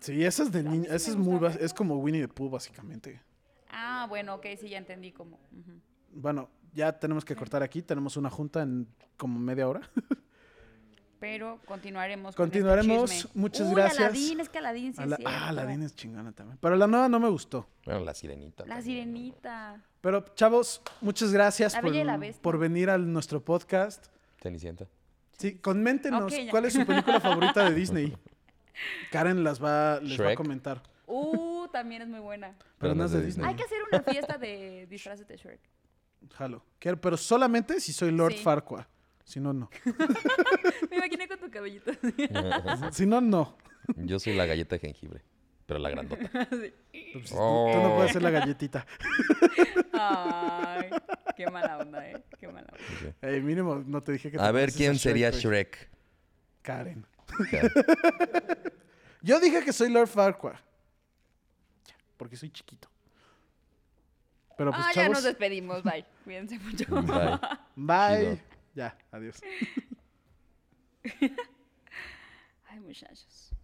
A: Sí, esa es de
D: mí
A: niños.
D: sí
A: Esa es
D: me
A: muy...
D: gusta
A: bas- Es como Winnie the Pooh, básicamente.
D: Ah, bueno, ok, sí, ya entendí cómo. Ujú.
A: Bueno, ya tenemos que cortar aquí. Tenemos una junta en como media hora.
D: Pero continuaremos.
A: Continuaremos.
D: Con este chisme.
A: Muchas
D: Uy,
A: gracias.
D: Aladín, es que Aladín sí
A: A
D: es
A: la-
D: cierto.
A: Ah, la Dina es chingona también. Pero la nueva no me gustó.
B: Bueno, la sirenita.
D: La
B: también.
D: sirenita.
A: Pero, chavos, muchas gracias
D: La
A: por,
D: Bella y la Bestia.
A: por venir a nuestro podcast.
B: Cenicienta.
A: Sí, coméntenos
D: Ok, ya.
A: cuál es su película favorita de Disney. Karen las va, les va a
B: Shrek.
A: comentar.
D: Uh, también es muy buena.
A: Pero no es de Disney.
D: Hay que hacer una fiesta de disfraces de Shrek.
A: Jalo. Quiero- Pero solamente si soy Lord
D: Sí.
A: Farquaad. Si no, no.
D: Me imaginé con tu cabellito.
A: Si no, no.
B: Yo soy la galleta de jengibre, pero la grandota.
A: Pues, tú- Tú no puedes ser la galletita.
D: Ay, qué mala onda, eh. Qué mala onda.
A: Ey, mínimo, no te dije que... te
B: A ver
A: pareces
B: quién sería
A: güey.
B: Shrek.
A: Karen.
B: Claro.
A: Yo dije que soy Lord Farquaad. Ya, Porque soy chiquito. Pero pues,
D: ah, ya
A: chavos,
D: nos despedimos. Bye. Cuídense mucho.
B: Bye.
A: bye.
B: Chido.
A: Ya, adiós.
D: Ay, muchachos.